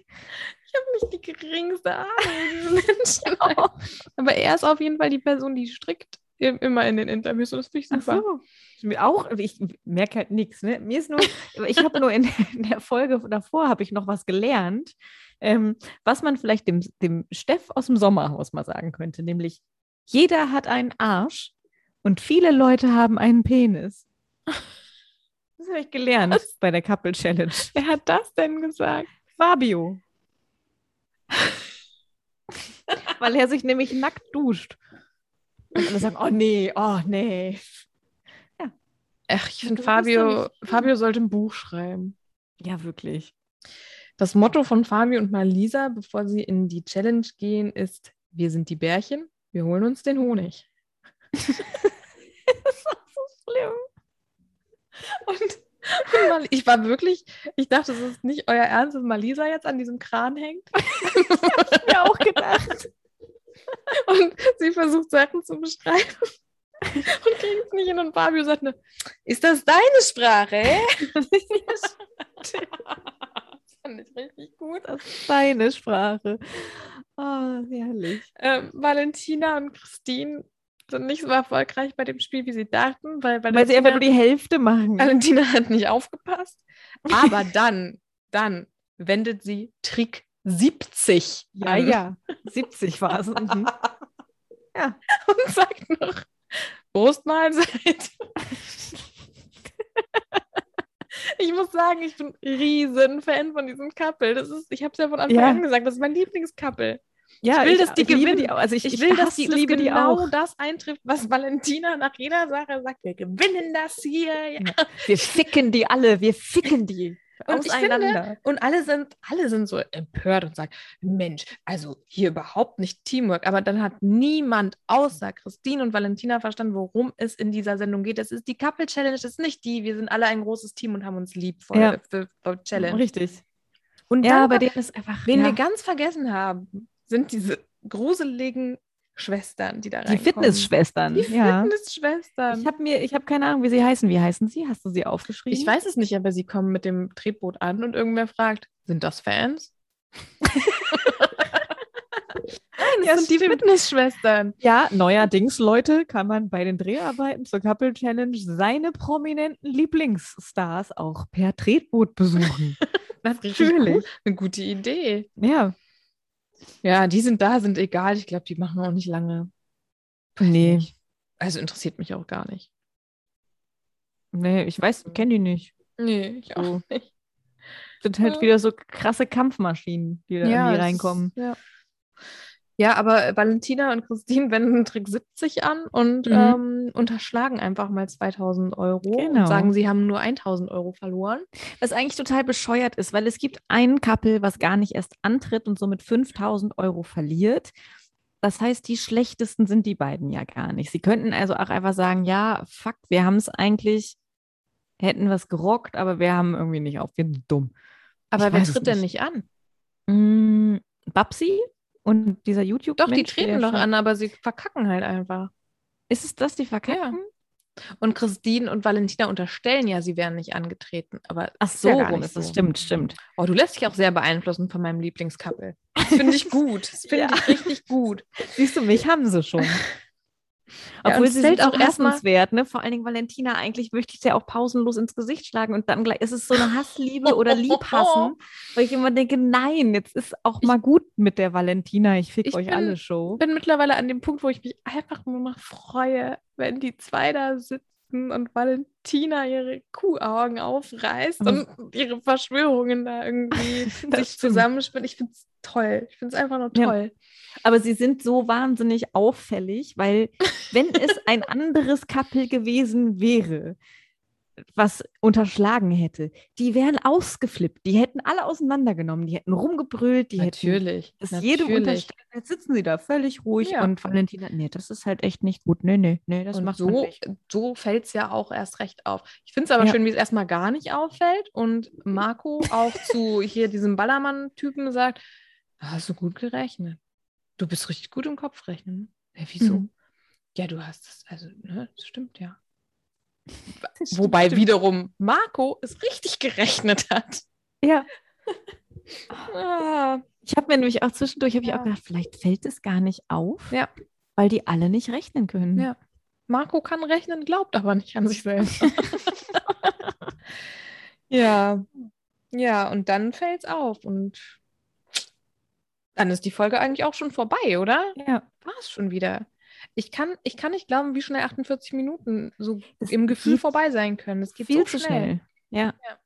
Speaker 2: nicht die geringste Ahnung. diesen Menschen. Aber er ist auf jeden Fall die Person, die strickt im- immer in den Interviews. Und das finde ich
Speaker 3: Ach
Speaker 2: super.
Speaker 3: so. Mir Auch, ich merke halt nichts. Ne? Mir ist nur, ich habe nur in, in der Folge davor habe ich noch was gelernt, ähm, was man vielleicht dem, dem Steff aus dem Sommerhaus mal sagen könnte, nämlich jeder hat einen Arsch und viele Leute haben einen Penis. Das habe ich gelernt bei der Couple Challenge.
Speaker 2: Wer hat das denn gesagt?
Speaker 3: Fabio. Weil er sich nämlich nackt duscht. Und alle sagen, oh nee, oh nee.
Speaker 2: Ach, ich
Speaker 3: Du
Speaker 2: finde
Speaker 3: bist
Speaker 2: Fabio,
Speaker 3: doch nicht-
Speaker 2: Fabio sollte ein Buch schreiben.
Speaker 3: Ja, wirklich.
Speaker 2: Das Motto von Fabio und Malisa, bevor sie in die Challenge gehen, ist: Wir sind die Bärchen, wir holen uns den Honig.
Speaker 3: Das ist so schlimm.
Speaker 2: Und, und Mal, ich war wirklich, ich dachte, es ist nicht euer Ernst, dass Malisa jetzt an diesem Kran hängt.
Speaker 3: Mir auch gedacht.
Speaker 2: und sie versucht Sachen zu beschreiben und kriegt es nicht hin. Und Fabio sagt nur, ist das deine Sprache?
Speaker 4: Fand ich richtig gut.
Speaker 2: Also,
Speaker 3: Das ist deine Sprache. Oh, herrlich.
Speaker 2: Ähm, Valentina und Christine sind nicht so erfolgreich bei dem Spiel, wie sie dachten, weil,
Speaker 3: Weil sie einfach nur die Hälfte machen.
Speaker 2: Valentina hat nicht aufgepasst. Aber dann, dann wendet sie Trick 70
Speaker 3: Ja,
Speaker 2: an
Speaker 3: ah, ja. 70 war es. Mhm.
Speaker 2: und sagt noch Brustmahlzeit. Ich muss sagen, ich bin riesen Fan von diesem Couple. Das ist, ich habe es ja von Anfang
Speaker 3: Ja.
Speaker 2: an gesagt, das ist mein Lieblingscouple.
Speaker 3: Ja,
Speaker 2: Ich will, dass die
Speaker 3: liebe
Speaker 2: gewinnen.
Speaker 3: die auch. Also ich,
Speaker 2: Ich, will, dass
Speaker 3: hasse
Speaker 2: die,
Speaker 3: das
Speaker 2: liebe genau
Speaker 3: auch.
Speaker 2: das eintrifft, was Valentina nach jeder Sache sagt. Wir gewinnen das hier. Ja.
Speaker 3: Wir ficken die alle. Wir ficken die.
Speaker 2: Und ich finde-
Speaker 3: auseinander.
Speaker 2: Und alle sind, alle sind so empört und sagen, Mensch, also hier überhaupt nicht Teamwork. Aber dann hat niemand außer Christine und Valentina verstanden, worum es in dieser Sendung geht. Es ist die Couple Challenge, es ist nicht die, wir sind alle ein großes Team und haben uns lieb vor,
Speaker 3: Ja.
Speaker 2: für, für Challenge.
Speaker 3: Richtig.
Speaker 2: Und
Speaker 3: Ja,
Speaker 2: dann,
Speaker 3: bei denen ist einfach.
Speaker 2: wen
Speaker 3: ja.
Speaker 2: wir ganz vergessen haben, sind diese gruseligen Schwestern, die da
Speaker 3: Die
Speaker 2: reinkommen.
Speaker 3: Fitnessschwestern.
Speaker 2: Die
Speaker 3: ja.
Speaker 2: Fitnessschwestern.
Speaker 3: Ich habe mir, ich habe keine Ahnung, wie sie heißen. Wie heißen sie? Hast du sie aufgeschrieben?
Speaker 2: Ich weiß es nicht, aber sie kommen mit dem Tretboot an und irgendwer fragt, sind das Fans? Nein, das
Speaker 3: Ja,
Speaker 2: sind die
Speaker 3: stimmt.
Speaker 2: Fitnessschwestern.
Speaker 3: Ja, neuerdings, Leute, kann man bei den Dreharbeiten zur Couple Challenge seine prominenten Lieblingsstars auch per Tretboot besuchen.
Speaker 2: Natürlich. Eine gute Idee.
Speaker 3: Ja.
Speaker 2: Ja, die sind da, sind egal. Ich glaube, die machen auch nicht lange.
Speaker 3: Nee.
Speaker 2: nicht. Also interessiert mich auch gar nicht.
Speaker 3: Nee, ich weiß, kenne die nicht.
Speaker 2: Nee, ich
Speaker 3: auch
Speaker 2: nicht.
Speaker 3: Sind halt wieder so krasse Kampfmaschinen, die da irgendwie reinkommen.
Speaker 2: ja. ja, aber äh, Valentina und Christine wenden Trick 70 an und
Speaker 3: Mhm.
Speaker 2: ähm, unterschlagen einfach mal 2000 Euro
Speaker 3: Genau.
Speaker 2: und sagen, sie haben nur 1000 Euro verloren.
Speaker 3: Was eigentlich total bescheuert ist, weil es gibt ein Couple, was gar nicht erst antritt und somit 5000 Euro verliert. Das heißt, die schlechtesten sind die beiden ja gar nicht. Sie könnten also auch einfach sagen, ja, fuck, wir haben es eigentlich, hätten was gerockt, aber wir haben irgendwie nicht auf, wir sind dumm.
Speaker 2: Aber
Speaker 3: Ich
Speaker 2: wer
Speaker 3: weiß es
Speaker 2: tritt denn nicht an?
Speaker 3: Mm, Babsi und dieser youtube
Speaker 2: Doch, die treten doch an, aber sie verkacken halt einfach.
Speaker 3: Ist es das, die verkacken?
Speaker 2: Und Christine und Valentina unterstellen ja, sie wären nicht angetreten. Aber
Speaker 3: Ach
Speaker 2: ist
Speaker 3: so,
Speaker 2: ja gar
Speaker 3: rum
Speaker 2: nicht
Speaker 3: ist das.
Speaker 2: so.
Speaker 3: Stimmt, stimmt.
Speaker 2: oh, du lässt dich auch sehr beeinflussen von meinem Lieblingscouple. Das finde ich gut. Das finde
Speaker 3: Ja.
Speaker 2: ich richtig gut.
Speaker 3: Siehst du, mich haben sie schon.
Speaker 2: Ja,
Speaker 3: Obwohl
Speaker 2: und
Speaker 3: sie
Speaker 2: es fällt
Speaker 3: sind auch
Speaker 2: auch erstmal-
Speaker 3: hassenswert, ne? Vor allen Dingen Valentina, eigentlich möchte ich sie auch pausenlos ins Gesicht schlagen und dann gleich ist es so eine Hassliebe oder Liebhassen, weil ich immer denke, nein, jetzt ist auch
Speaker 2: Ich-
Speaker 3: mal gut mit der Valentina, ich fick
Speaker 2: Ich
Speaker 3: euch
Speaker 2: bin-
Speaker 3: alle Show.
Speaker 2: Ich bin mittlerweile an dem Punkt, wo ich mich einfach nur noch freue, wenn die zwei da sitzen und Valentina ihre Kuhaugen aufreißt
Speaker 3: Mhm.
Speaker 2: und ihre Verschwörungen da irgendwie
Speaker 3: Das
Speaker 2: sich
Speaker 3: stimmt.
Speaker 2: zusammenspinnen. Ich finde es toll. Ich finde es einfach nur
Speaker 3: Ja.
Speaker 2: toll.
Speaker 3: Aber sie sind so wahnsinnig auffällig, weil wenn es ein anderes Couple gewesen wäre, was unterschlagen hätte, die wären ausgeflippt, die hätten alle auseinandergenommen, die hätten rumgebrüllt, die hätten Das jedem unterstellt. Jetzt sitzen sie da völlig ruhig
Speaker 2: Ja.
Speaker 3: und Valentina, nee, das ist halt echt nicht gut. Nee, nee, nee, das
Speaker 2: und
Speaker 3: macht man
Speaker 2: so,
Speaker 3: nicht.
Speaker 2: so fällt es ja auch erst recht auf. Ich finde es aber
Speaker 3: Ja.
Speaker 2: schön, wie es erstmal gar nicht auffällt und Marco auch zu hier diesem Ballermann-Typen sagt: Hast du gut gerechnet? Du bist richtig gut im Kopfrechnen. Ja, wieso?
Speaker 3: Mhm.
Speaker 2: Ja, du hast es. Also, ne, das stimmt ja. Wobei wiederum Marco es richtig gerechnet hat.
Speaker 3: Ja.
Speaker 2: Ah,
Speaker 3: Ich habe mir nämlich auch zwischendurch hab ich auch gedacht, vielleicht fällt es gar nicht auf,
Speaker 2: Ja.
Speaker 3: weil die alle nicht rechnen können.
Speaker 2: Ja. Marco kann rechnen, glaubt aber nicht an sich selbst. ja. Ja, und dann fällt's auf und dann ist die Folge eigentlich auch schon vorbei, oder?
Speaker 3: Ja.
Speaker 2: War's schon wieder. Ich kann, ich kann nicht glauben, wie schnell 48 Minuten so
Speaker 3: Es
Speaker 2: im Gefühl
Speaker 3: geht
Speaker 2: vorbei sein können. Es geht
Speaker 3: Viel zu
Speaker 2: so
Speaker 3: schnell.
Speaker 2: schnell.
Speaker 3: Ja.
Speaker 2: Ja.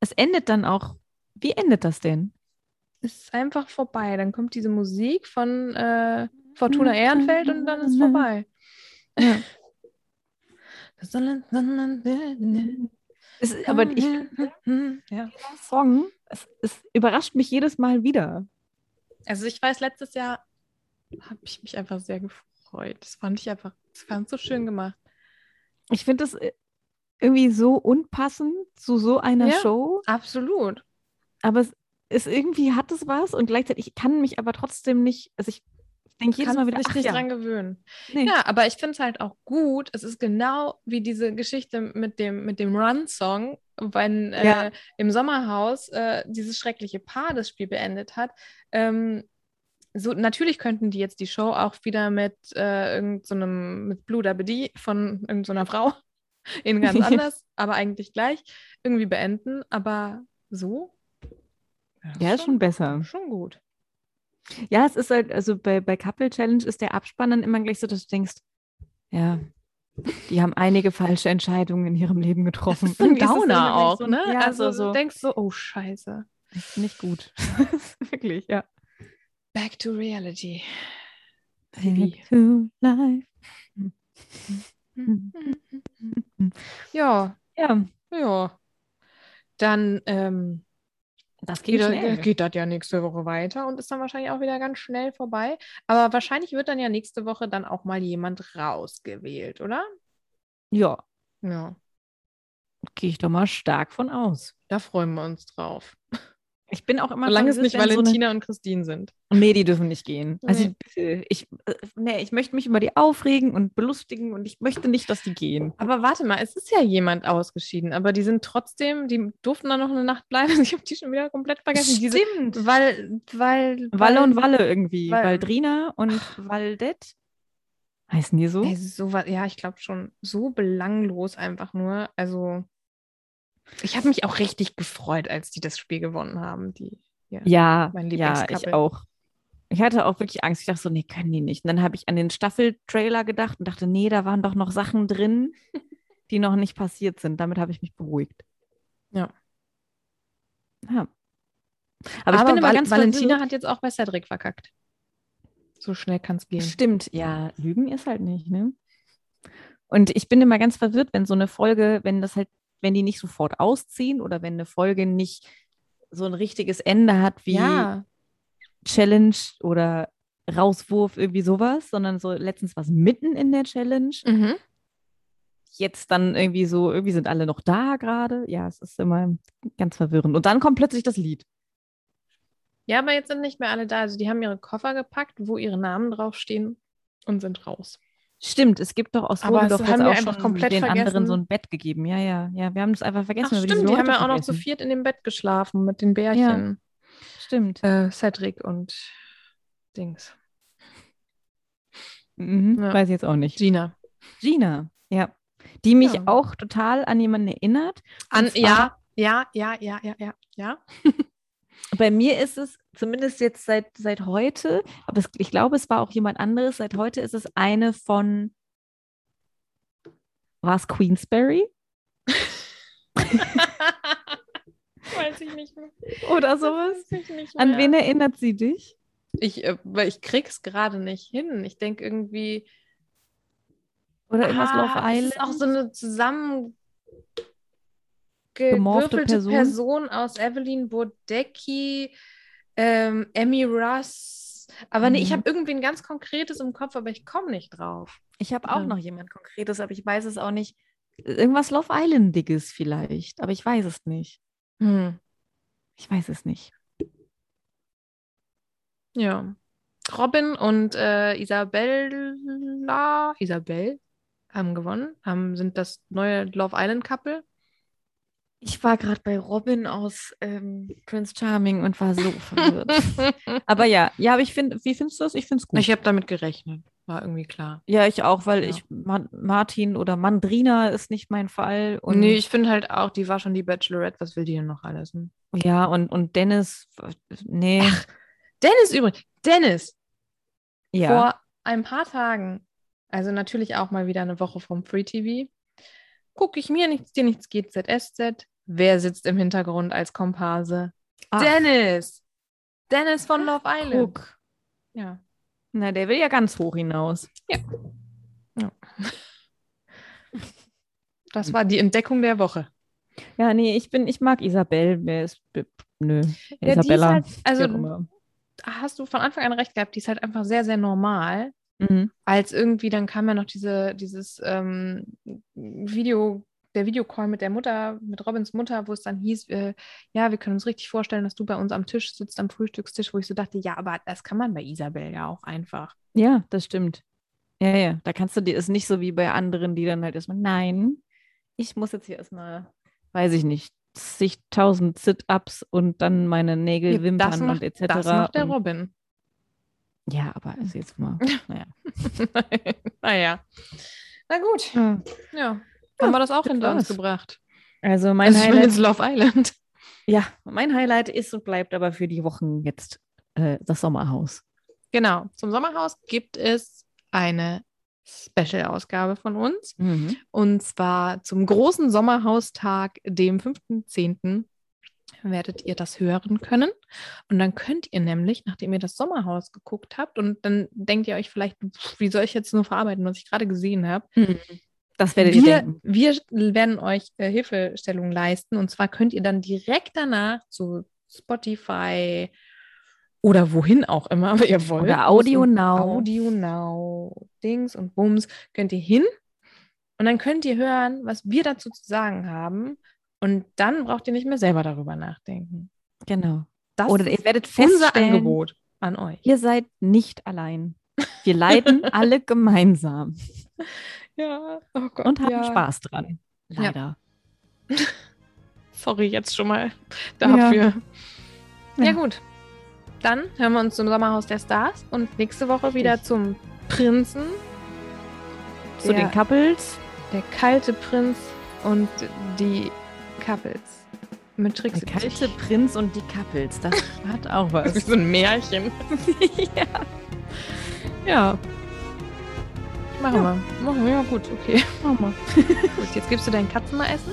Speaker 3: Es endet dann auch. Wie endet das denn?
Speaker 2: Es ist einfach vorbei. Dann kommt diese Musik von äh, Fortuna Ehrenfeld und dann ist es vorbei.
Speaker 3: Ja. Es, aber ich,
Speaker 2: Hm, ja.
Speaker 3: dieser Song, es, es überrascht mich jedes Mal wieder.
Speaker 2: Also ich weiß, letztes Jahr habe ich mich einfach sehr gefreut. Das fand ich einfach, das fand so schön gemacht.
Speaker 3: Ich finde es äh, irgendwie so unpassend zu so einer
Speaker 2: Ja.
Speaker 3: Show,
Speaker 2: Absolut.
Speaker 3: aber es ist irgendwie hat es was und gleichzeitig ich kann mich aber trotzdem nicht, also ich denke jedes
Speaker 2: Kannst
Speaker 3: Mal wieder,
Speaker 2: dich
Speaker 3: ach
Speaker 2: nicht
Speaker 3: ja,
Speaker 2: dran gewöhnen.
Speaker 3: nee.
Speaker 2: Ja, aber ich finde es halt auch gut. Es ist genau wie diese Geschichte mit dem, mit dem Run-Song, wenn
Speaker 3: Ja.
Speaker 2: äh, im Sommerhaus äh, dieses schreckliche Paar das Spiel beendet hat. Ähm, so, natürlich könnten die jetzt die Show auch wieder mit äh, irgendeinem, so einem- mit Blue Dabedi von irgendeiner Frau in ganz
Speaker 3: Ja.
Speaker 2: anders, aber eigentlich gleich irgendwie beenden. Aber so?
Speaker 3: ja, ist schon besser.
Speaker 2: Schon gut.
Speaker 3: Ja, es ist halt, also bei, bei Couple Challenge ist der Abspann dann immer gleich so, dass du denkst, ja, die haben einige falsche Entscheidungen in ihrem Leben getroffen. Irgendwie ist es dann gleich so, Ja,
Speaker 2: also,
Speaker 3: also so
Speaker 2: du denkst so, oh Scheiße.
Speaker 3: nicht gut. Wirklich, ja.
Speaker 2: Back to reality.
Speaker 3: Back to life. Hm.
Speaker 2: Ja,
Speaker 3: Ja,
Speaker 2: ja. Dann ähm,
Speaker 3: das geht
Speaker 2: geht, das- äh,
Speaker 3: schnell.
Speaker 2: geht das ja nächste Woche weiter und ist dann wahrscheinlich auch wieder ganz schnell vorbei. Aber wahrscheinlich wird dann ja nächste Woche dann auch mal jemand rausgewählt, oder?
Speaker 3: Ja,
Speaker 2: Ja,
Speaker 3: gehe ich doch mal stark von aus.
Speaker 2: da freuen wir uns drauf.
Speaker 3: Ich bin auch immer
Speaker 2: Solange es
Speaker 3: verwirrt,
Speaker 2: nicht
Speaker 3: wenn so eine-
Speaker 2: Valentina und Christine sind.
Speaker 3: Nee, die dürfen nicht gehen. Also
Speaker 2: Nee.
Speaker 3: bitte, ich, äh, nee, ich möchte mich über die aufregen und belustigen und ich möchte nicht, dass die gehen.
Speaker 2: Aber warte mal, es ist ja jemand ausgeschieden, aber die sind trotzdem, die durften dann noch eine Nacht bleiben. Ich habe die schon wieder komplett vergessen. Diese,
Speaker 3: Stimmt.
Speaker 2: weil, weil,
Speaker 3: Walle und Walle irgendwie.
Speaker 2: Wal-
Speaker 3: Waldrina und Waldet. Heißen die so?
Speaker 2: Ey, so wa- ja, ich glaube schon so belanglos einfach nur. Also, ich habe mich auch richtig gefreut, als die das Spiel gewonnen haben. Die,
Speaker 3: Ja,
Speaker 2: Mein
Speaker 3: ja, ich
Speaker 2: Lieblingskappel.
Speaker 3: auch. Ich hatte auch wirklich Angst. Ich dachte so, nee, können die nicht. Und dann habe ich an den Staffeltrailer gedacht und dachte, nee, da waren doch noch Sachen drin, die noch nicht passiert sind. Damit habe ich mich beruhigt.
Speaker 2: Ja.
Speaker 3: Ja. Aber, ich bin immer
Speaker 2: Val-
Speaker 3: ganz
Speaker 2: Valentina
Speaker 3: verwirrt.
Speaker 2: hat jetzt auch bei Cedric verkackt. So schnell kann es gehen.
Speaker 3: Stimmt, ja, Lügen ist halt nicht, ne? Und ich bin immer ganz verwirrt, wenn so eine Folge, wenn das halt, wenn die nicht sofort ausziehen oder wenn eine Folge nicht so ein richtiges Ende hat wie
Speaker 2: Ja,
Speaker 3: Challenge oder Rauswurf, irgendwie sowas, sondern so letztens was mitten in der Challenge.
Speaker 2: mhm.
Speaker 3: Jetzt dann irgendwie so, irgendwie sind alle noch da gerade. Ja, es ist immer ganz verwirrend. Und dann kommt plötzlich das Lied.
Speaker 2: ja, aber jetzt sind nicht mehr alle da. Also, die haben ihre Koffer gepackt, wo ihre Namen draufstehen und sind raus.
Speaker 3: Stimmt, es gibt doch aus
Speaker 2: Aber
Speaker 3: Rohrdorf
Speaker 2: das
Speaker 3: jetzt
Speaker 2: haben wir
Speaker 3: auch
Speaker 2: einfach
Speaker 3: schon
Speaker 2: komplett
Speaker 3: den anderen
Speaker 2: vergessen.
Speaker 3: so ein Bett gegeben. Ja, ja, ja, wir haben das einfach vergessen.
Speaker 2: Ach,
Speaker 3: weil wir diese
Speaker 2: stimmt, die haben
Speaker 3: Leute
Speaker 2: ja auch noch zu
Speaker 3: vergessen.
Speaker 2: viert in dem Bett geschlafen mit den Bärchen.
Speaker 3: Stimmt.
Speaker 2: Äh, Cedric und Dings.
Speaker 3: Mhm,
Speaker 2: Ja.
Speaker 3: Weiß ich jetzt auch nicht.
Speaker 2: Gina.
Speaker 3: Gina, ja. Die mich
Speaker 2: Ja.
Speaker 3: auch total an jemanden erinnert.
Speaker 2: An,
Speaker 3: zwar-
Speaker 2: ja, ja, ja, ja, ja, ja, ja.
Speaker 3: Bei mir ist es, zumindest jetzt seit, seit heute, aber es, ich glaube, es war auch jemand anderes, seit heute ist es eine von, war es Queensberry
Speaker 2: Weiß ich nicht mehr.
Speaker 3: oder sowas?
Speaker 2: Weiß ich nicht
Speaker 3: An
Speaker 2: mehr.
Speaker 3: wen erinnert sie dich?
Speaker 2: Ich, äh, weil ich krieg's gerade nicht hin. Ich denke irgendwie.
Speaker 3: Oder irgendwas
Speaker 2: ah,
Speaker 3: Love
Speaker 2: es
Speaker 3: Island?
Speaker 2: Ist auch so eine
Speaker 3: Gemorfte
Speaker 2: zusammengewürfelte
Speaker 3: Person.
Speaker 2: Person. aus Evelyn Bodecki, ähm, Emmy Russ. Aber nee, ich
Speaker 3: Mhm.
Speaker 2: habe irgendwie ein ganz konkretes im Kopf, aber ich komme nicht drauf.
Speaker 3: Ich habe auch
Speaker 2: Ja.
Speaker 3: noch jemand Konkretes, aber ich weiß es auch nicht. Irgendwas Love Islandiges vielleicht, aber ich weiß es nicht. Hm. Ich weiß es nicht.
Speaker 2: Ja. Robin und äh, Isabella. Isabel? haben gewonnen, haben, sind das neue Love Island Couple.
Speaker 3: Ich war gerade bei Robin aus ähm, Prince Charming und war so verwirrt. Aber ja, ja, aber ich finde, wie findest du das? Ich finde es gut.
Speaker 2: Ich habe damit gerechnet, war irgendwie klar.
Speaker 3: ja, ich auch, weil
Speaker 2: Ja.
Speaker 3: ich Ma Martin oder Mandrina ist nicht mein Fall. Und
Speaker 2: nee, ich finde halt auch, die war schon die Bachelorette, was will die denn noch alles? Ne?
Speaker 3: ja, und, und Dennis, äh, nee,
Speaker 2: Dennis übrigens, Dennis,
Speaker 3: ja.
Speaker 2: vor ein paar Tagen, also natürlich auch mal wieder eine Woche vom Free TV, gucke ich mir nichts, dir nichts geht, ZSZ. Wer sitzt im Hintergrund als Komparse?
Speaker 3: Ach,
Speaker 2: Dennis! Dennis von Love Island.
Speaker 3: guck.
Speaker 2: Ja.
Speaker 3: Na, der will ja ganz hoch hinaus.
Speaker 2: Das war die Entdeckung der Woche.
Speaker 3: Ja, nee, ich bin, ich mag Isabel. Wer ist, nö,
Speaker 2: Ja, die ist
Speaker 3: Isabella.
Speaker 2: halt,
Speaker 3: wie auch
Speaker 2: also
Speaker 3: immer.
Speaker 2: hast du von Anfang an recht gehabt, die ist halt einfach sehr, sehr normal.
Speaker 3: Mhm.
Speaker 2: Als irgendwie, dann kam ja noch diese, dieses ähm, Video, der Videocall mit der Mutter, mit Robins Mutter, wo es dann hieß, äh, ja, wir können uns richtig vorstellen, dass du bei uns am Tisch sitzt, am Frühstückstisch, wo ich so dachte, ja, aber das kann man bei Isabel ja auch einfach.
Speaker 3: Ja, das stimmt. Ja, ja, da kannst du dir, ist nicht so wie bei anderen, die dann halt erstmal, nein, ich muss jetzt hier erstmal, weiß ich nicht, zigtausend Sit-Ups und dann meine Nägel,
Speaker 2: Ja, das
Speaker 3: Wimpern und
Speaker 2: macht-
Speaker 3: etc.
Speaker 2: Das macht der
Speaker 3: und,
Speaker 2: Robin.
Speaker 3: ja, aber ist jetzt mal, naja.
Speaker 2: naja. Na gut, ja. Haben wir das auch
Speaker 3: das
Speaker 2: hinter uns
Speaker 3: war's.
Speaker 2: gebracht?
Speaker 3: Also mein
Speaker 2: Also
Speaker 3: Highlight
Speaker 2: zumindest Love Island.
Speaker 3: Ja, mein Highlight ist und bleibt aber für die Wochen jetzt äh, das Sommerhaus.
Speaker 2: Genau, zum Sommerhaus gibt es eine Special-Ausgabe von uns.
Speaker 3: Mhm.
Speaker 2: Und zwar zum großen Sommerhaustag, dem 5.10., werdet ihr das hören können. Und dann könnt ihr nämlich, nachdem ihr das Sommerhaus geguckt habt, und dann denkt ihr euch vielleicht, pff, wie soll ich jetzt nur verarbeiten, was ich gerade gesehen habe.
Speaker 3: Das werdet ihr
Speaker 2: Wir,
Speaker 3: denken.
Speaker 2: wir werden euch äh, Hilfestellung leisten. Und zwar könnt ihr dann direkt danach zu Spotify oder wohin auch immer aber ihr wollt.
Speaker 3: Oder Audio Now.
Speaker 2: Audio Now, Dings und Bums, könnt ihr hin. Und dann könnt ihr hören, was wir dazu zu sagen haben. Und dann braucht ihr nicht mehr selber darüber nachdenken.
Speaker 3: Genau.
Speaker 2: Das
Speaker 3: Oder ihr werdet
Speaker 2: ist unser
Speaker 3: feststellen,
Speaker 2: Angebot an euch.
Speaker 3: ihr seid nicht allein. Wir leiden alle gemeinsam
Speaker 2: Ja, oh Gott.
Speaker 3: und haben
Speaker 2: ja.
Speaker 3: Spaß dran. Leider.
Speaker 2: Sorry jetzt schon mal
Speaker 3: Ja.
Speaker 2: dafür. Ja.
Speaker 3: Ja.
Speaker 2: gut. Dann hören wir uns zum Sommerhaus der Stars und nächste Woche wieder zum Prinzen,
Speaker 3: Zu
Speaker 2: der,
Speaker 3: den Couples.
Speaker 2: der kalte Prinz und die Couples. Mit Tricks.
Speaker 3: Der kalte Prinz und die Couples. Das hat auch
Speaker 2: Wie
Speaker 3: was.
Speaker 2: so ein Märchen.
Speaker 3: ja,
Speaker 2: Machen wir. Machen wir. Ja, gut, okay.
Speaker 3: mach mal.
Speaker 2: Gut, jetzt gibst du deinen Katzen mal essen.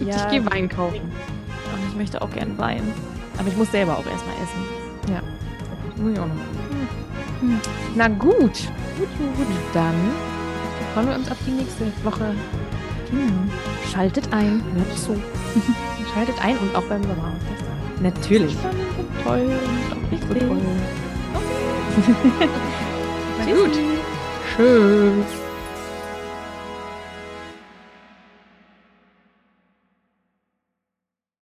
Speaker 2: Und
Speaker 3: Ja.
Speaker 2: Ich gehe Wein kaufen.
Speaker 3: Und ich möchte auch gern Wein. Aber ich muss selber auch erstmal essen.
Speaker 2: Muss ich auch noch. Na gut. Gut, gut, gut. Dann freuen wir uns auf die nächste Woche.
Speaker 3: Schaltet ein, hört zu.
Speaker 2: Schaltet ein und auch beim Sommerhaus der Stars.
Speaker 3: Natürlich.
Speaker 2: Spannend und toll und auch nicht so
Speaker 3: Richtig.
Speaker 2: toll. Na gut. Tschüss.